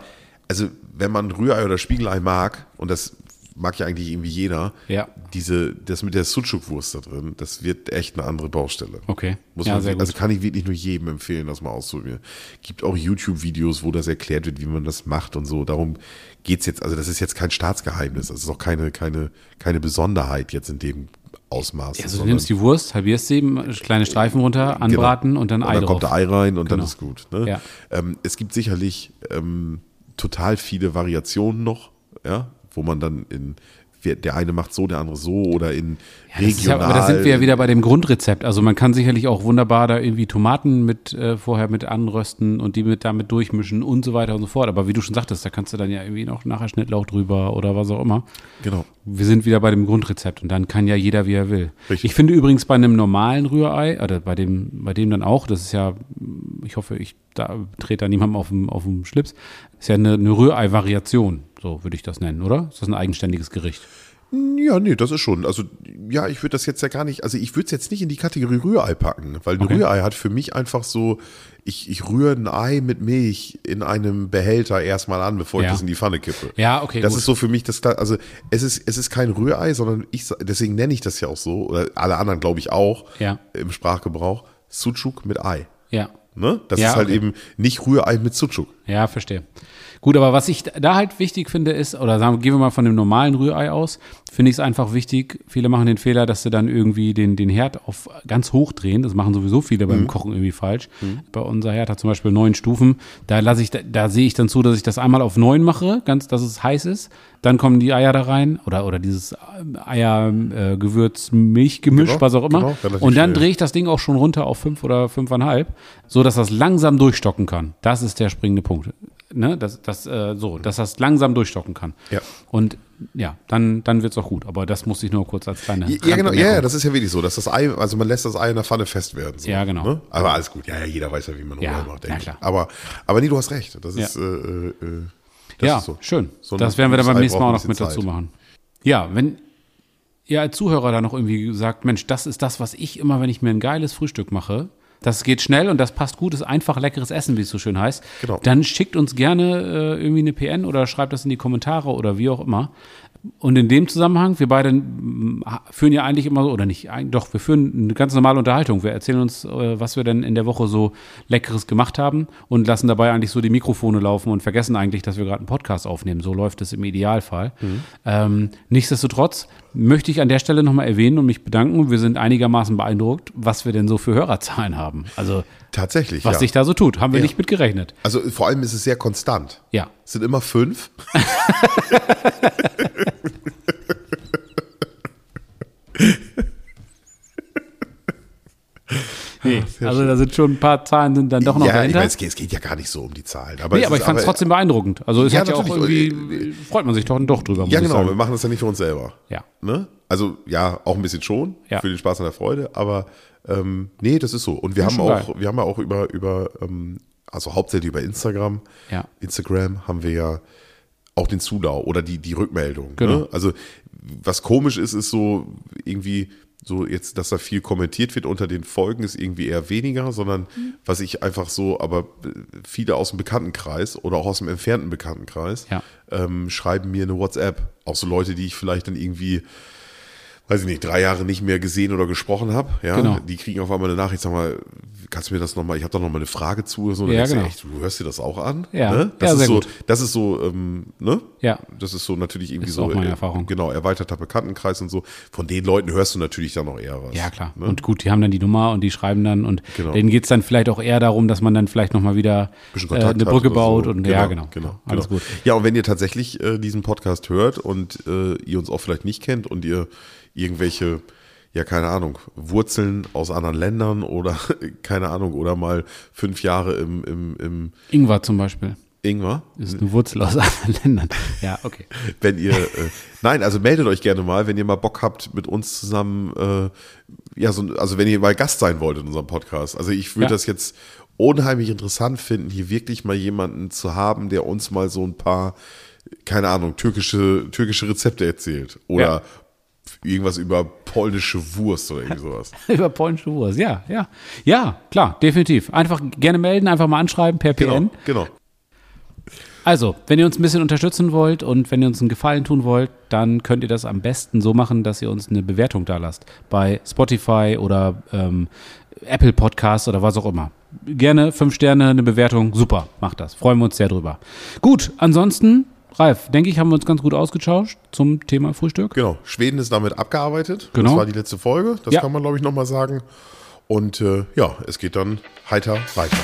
Speaker 2: also, wenn man Rührei oder Spiegelei mag, und das mag ja eigentlich irgendwie jeder,
Speaker 1: Ja.
Speaker 2: diese, das mit der Sucuk-Wurst da drin, das wird echt eine andere Baustelle.
Speaker 1: Okay.
Speaker 2: Muss
Speaker 1: Ja,
Speaker 2: man,
Speaker 1: sehr gut.
Speaker 2: also kann ich wirklich nur jedem empfehlen, das mal auszuprobieren. Gibt auch YouTube-Videos, wo das erklärt wird, wie man das macht und so. Darum geht's jetzt. Also das ist jetzt kein Staatsgeheimnis. Das ist auch keine, keine, keine Besonderheit jetzt in dem Ausmaß.
Speaker 1: Also du
Speaker 2: sondern- Genau.
Speaker 1: nimmst die Wurst, halbierst sie, kleine Streifen runter, anbraten und dann Ei
Speaker 2: dann
Speaker 1: drauf.
Speaker 2: kommt da Ei rein und dann
Speaker 1: Genau.
Speaker 2: ist gut. Ne?
Speaker 1: Ja.
Speaker 2: Ähm, es gibt sicherlich ähm, total viele Variationen noch, ja, wo man dann in wer- der eine macht so, der andere so oder in
Speaker 1: Das ist ja,
Speaker 2: regional.
Speaker 1: aber da sind wir ja wieder bei dem Grundrezept. Also man kann sicherlich auch wunderbar da irgendwie Tomaten mit äh, vorher mit anrösten und die mit damit durchmischen und so weiter und so fort. Aber wie du schon sagtest, da kannst du dann ja irgendwie noch nachher Schnittlauch drüber oder was auch immer.
Speaker 2: Genau.
Speaker 1: Wir sind wieder bei dem Grundrezept und dann kann ja jeder, wie er will.
Speaker 2: Richtig.
Speaker 1: Ich finde übrigens bei einem normalen Rührei, oder bei dem, bei dem dann auch, das ist ja, ich hoffe, ich da trete da niemandem auf dem, auf dem Schlips, ist ja eine, eine Rührei-Variation, so würde ich das nennen, oder? Ist das ein eigenständiges Gericht?
Speaker 2: Ja, nee, das ist schon. Also, ja, ich würde das jetzt ja gar nicht, also ich würde es jetzt nicht in die Kategorie Rührei packen, weil ein
Speaker 1: Okay.
Speaker 2: Rührei hat für mich einfach so, ich, ich rühre ein Ei mit Milch in einem Behälter erstmal an, bevor
Speaker 1: Ja.
Speaker 2: ich das in die Pfanne kippe.
Speaker 1: Ja, okay,
Speaker 2: Das
Speaker 1: gut.
Speaker 2: ist so für mich das, Kle- also es ist, es ist kein Rührei, sondern ich, sa- deswegen nenne ich das ja auch so, oder alle anderen glaube ich auch,
Speaker 1: Ja.
Speaker 2: im Sprachgebrauch, Sucuk mit Ei.
Speaker 1: Ja.
Speaker 2: Ne? Das
Speaker 1: Ja,
Speaker 2: ist halt
Speaker 1: okay.
Speaker 2: eben nicht Rührei mit Sucuk.
Speaker 1: Ja, verstehe. Gut, aber was ich da halt wichtig finde ist, oder sagen, gehen wir mal von dem normalen Rührei aus, finde ich es einfach wichtig, viele machen den Fehler, dass sie dann irgendwie den, den Herd auf ganz hoch drehen. Das machen sowieso viele
Speaker 2: Mhm.
Speaker 1: beim Kochen irgendwie falsch. Bei unser Herd hat zum Beispiel neun Stufen. Da lasse ich, da, da sehe ich dann zu, dass ich das einmal auf neun mache, ganz, dass es heiß ist. Dann kommen die Eier da rein oder, oder dieses äh, Eier-Gewürz-Milch-Gemisch,
Speaker 2: Genau,
Speaker 1: was auch immer.
Speaker 2: genau, relativ
Speaker 1: Und dann
Speaker 2: schnell.
Speaker 1: drehe drehe ich das Ding auch schon runter auf fünf oder fünfeinhalb, so dass das langsam durchstocken kann. Das ist der springende Punkt. Ne? Das, das, äh, so, dass das langsam durchstocken kann.
Speaker 2: Ja.
Speaker 1: Und ja, dann, dann wird es auch gut. Aber das musste ich nur kurz als kleine.
Speaker 2: Ja, genau, ja, ja,
Speaker 1: Randbemerkung.
Speaker 2: das ist ja wirklich so, dass das Ei, also man lässt das Ei in der Pfanne fest werden. So,
Speaker 1: Ja, genau.
Speaker 2: Ne? Aber alles gut, ja, ja, jeder weiß ja, wie man
Speaker 1: Ja,
Speaker 2: Rührei macht,
Speaker 1: na
Speaker 2: denke ich.
Speaker 1: klar.
Speaker 2: Aber, aber nee, du hast recht. Das
Speaker 1: Ja.
Speaker 2: ist, äh, äh, äh, das
Speaker 1: Ja,
Speaker 2: ist so.
Speaker 1: schön.
Speaker 2: So ein
Speaker 1: das werden wir dann beim
Speaker 2: Ei
Speaker 1: nächsten Mal auch
Speaker 2: braucht
Speaker 1: noch
Speaker 2: ein
Speaker 1: mit
Speaker 2: bisschen
Speaker 1: dazu
Speaker 2: Zeit.
Speaker 1: machen. Ja, wenn ihr als Zuhörer da noch irgendwie sagt, Mensch, das ist das, was ich immer, wenn ich mir ein geiles Frühstück mache, das geht schnell und das passt gut, ist einfach leckeres Essen, wie es so schön heißt,
Speaker 2: Genau.
Speaker 1: dann schickt uns gerne äh, irgendwie eine PN oder schreibt das in die Kommentare oder wie auch immer. Und in dem Zusammenhang, wir beide mm, ha- führen ja eigentlich immer so, oder nicht, ein- doch, wir führen eine ganz normale Unterhaltung. Wir erzählen uns, äh, was wir denn in der Woche so Leckeres gemacht haben und lassen dabei eigentlich so die Mikrofone laufen und vergessen eigentlich, dass wir gerade einen Podcast aufnehmen. So läuft es im Idealfall.
Speaker 2: Mhm.
Speaker 1: Ähm, nichtsdestotrotz möchte ich an der Stelle nochmal erwähnen und mich bedanken. Wir sind einigermaßen beeindruckt, was wir denn so für Hörerzahlen haben. Also,
Speaker 2: Tatsächlich,
Speaker 1: was
Speaker 2: ja.
Speaker 1: sich da so tut, haben wir
Speaker 2: Ja.
Speaker 1: nicht mit gerechnet.
Speaker 2: Also vor allem ist es sehr konstant.
Speaker 1: Ja.
Speaker 2: Es sind immer fünf.
Speaker 1: Nee, also da sind schon ein paar Zahlen sind dann doch noch
Speaker 2: ja, ich
Speaker 1: dahinter.
Speaker 2: meine, es geht, es geht ja gar nicht so um die Zahlen. Aber
Speaker 1: nee,
Speaker 2: es
Speaker 1: aber
Speaker 2: ist
Speaker 1: ich fand es trotzdem beeindruckend. Also es
Speaker 2: Ja,
Speaker 1: hat ja auch
Speaker 2: natürlich. Äh,
Speaker 1: irgendwie, freut man sich doch, doch drüber, muss
Speaker 2: Ja,
Speaker 1: ich
Speaker 2: genau, wir
Speaker 1: sagen.
Speaker 2: machen das ja nicht für uns selber.
Speaker 1: Ja.
Speaker 2: Ne? Also ja, auch ein bisschen schon,
Speaker 1: Ja.
Speaker 2: für den Spaß an der Freude, aber ähm, nee, das ist so. Und wir haben
Speaker 1: schon
Speaker 2: auch,
Speaker 1: geil.
Speaker 2: wir haben ja auch über, über ähm, also hauptsächlich über Instagram,
Speaker 1: Ja.
Speaker 2: Instagram haben wir ja auch den Zulau oder die, die Rückmeldung.
Speaker 1: Genau.
Speaker 2: Ne? Also was komisch ist, ist so irgendwie so jetzt, dass da viel kommentiert wird unter den Folgen, ist irgendwie eher weniger, sondern
Speaker 1: Mhm.
Speaker 2: was ich einfach so, aber viele aus dem Bekanntenkreis oder auch aus dem entfernten Bekanntenkreis
Speaker 1: Ja.
Speaker 2: ähm, schreiben mir eine WhatsApp. Auch so Leute, die ich vielleicht dann irgendwie, weiß ich nicht, drei Jahre nicht mehr gesehen oder gesprochen habe. Ja,
Speaker 1: Genau.
Speaker 2: die kriegen auf einmal eine Nachricht, sag mal, kannst du mir das nochmal, ich habe da nochmal eine Frage zu. oder So, Dann
Speaker 1: Ja,
Speaker 2: denkst du,
Speaker 1: genau.
Speaker 2: echt, du hörst dir das auch an?
Speaker 1: Ja.
Speaker 2: Ne? Das
Speaker 1: Ja,
Speaker 2: ist
Speaker 1: sehr
Speaker 2: so,
Speaker 1: gut.
Speaker 2: das ist so, ähm, ne?
Speaker 1: Ja.
Speaker 2: Das ist so natürlich irgendwie
Speaker 1: Ist
Speaker 2: so.
Speaker 1: auch meine
Speaker 2: äh,
Speaker 1: Erfahrung.
Speaker 2: Genau, erweiterter Bekanntenkreis und so. Von den Leuten hörst du natürlich dann auch eher was.
Speaker 1: Ja, klar.
Speaker 2: Ne?
Speaker 1: Und gut, die haben dann die Nummer und die schreiben dann und
Speaker 2: Genau.
Speaker 1: denen geht's dann vielleicht auch eher darum, dass man dann vielleicht nochmal wieder
Speaker 2: bisschen
Speaker 1: äh,
Speaker 2: Kontakt
Speaker 1: eine
Speaker 2: hat
Speaker 1: Brücke
Speaker 2: oder
Speaker 1: baut
Speaker 2: so.
Speaker 1: und ja, genau.
Speaker 2: genau,
Speaker 1: Alles
Speaker 2: genau.
Speaker 1: gut.
Speaker 2: Ja, und wenn ihr tatsächlich äh, diesen Podcast hört und äh, ihr uns auch vielleicht nicht kennt und ihr irgendwelche, ja, keine Ahnung, Wurzeln aus anderen Ländern oder keine Ahnung, oder mal fünf Jahre im, im, im
Speaker 1: Ingwer zum Beispiel
Speaker 2: Ingwer,
Speaker 1: ist eine Wurzel aus anderen Ländern. Ja, okay.
Speaker 2: wenn ihr, äh, nein, also meldet euch gerne mal, wenn ihr mal Bock habt, mit uns zusammen, äh, ja, so, also wenn ihr mal Gast sein wollt in unserem Podcast. Also ich würde
Speaker 1: Ja.
Speaker 2: das jetzt unheimlich interessant finden, hier wirklich mal jemanden zu haben, der uns mal so ein paar, keine Ahnung, türkische, türkische Rezepte erzählt oder irgendwas über polnische Wurst oder irgendwie sowas.
Speaker 1: Über polnische Wurst, ja, ja. Ja, klar, definitiv. Einfach gerne melden, einfach mal anschreiben per PN.
Speaker 2: Genau, genau.
Speaker 1: Also, wenn ihr uns ein bisschen unterstützen wollt und wenn ihr uns einen Gefallen tun wollt, dann könnt ihr das am besten so machen, dass ihr uns eine Bewertung da lasst. Bei Spotify oder ähm, Apple Podcasts oder was auch immer. Gerne fünf Sterne, eine Bewertung. Super, macht das. Freuen wir uns sehr drüber. Gut, ansonsten, Ralf, denke ich, haben wir uns ganz gut ausgetauscht zum Thema Frühstück.
Speaker 2: Genau. Schweden ist damit abgearbeitet.
Speaker 1: Genau.
Speaker 2: Das war die letzte Folge. Das
Speaker 1: Ja.
Speaker 2: kann man, glaube ich, nochmal sagen. Und äh, ja, es geht dann heiter weiter.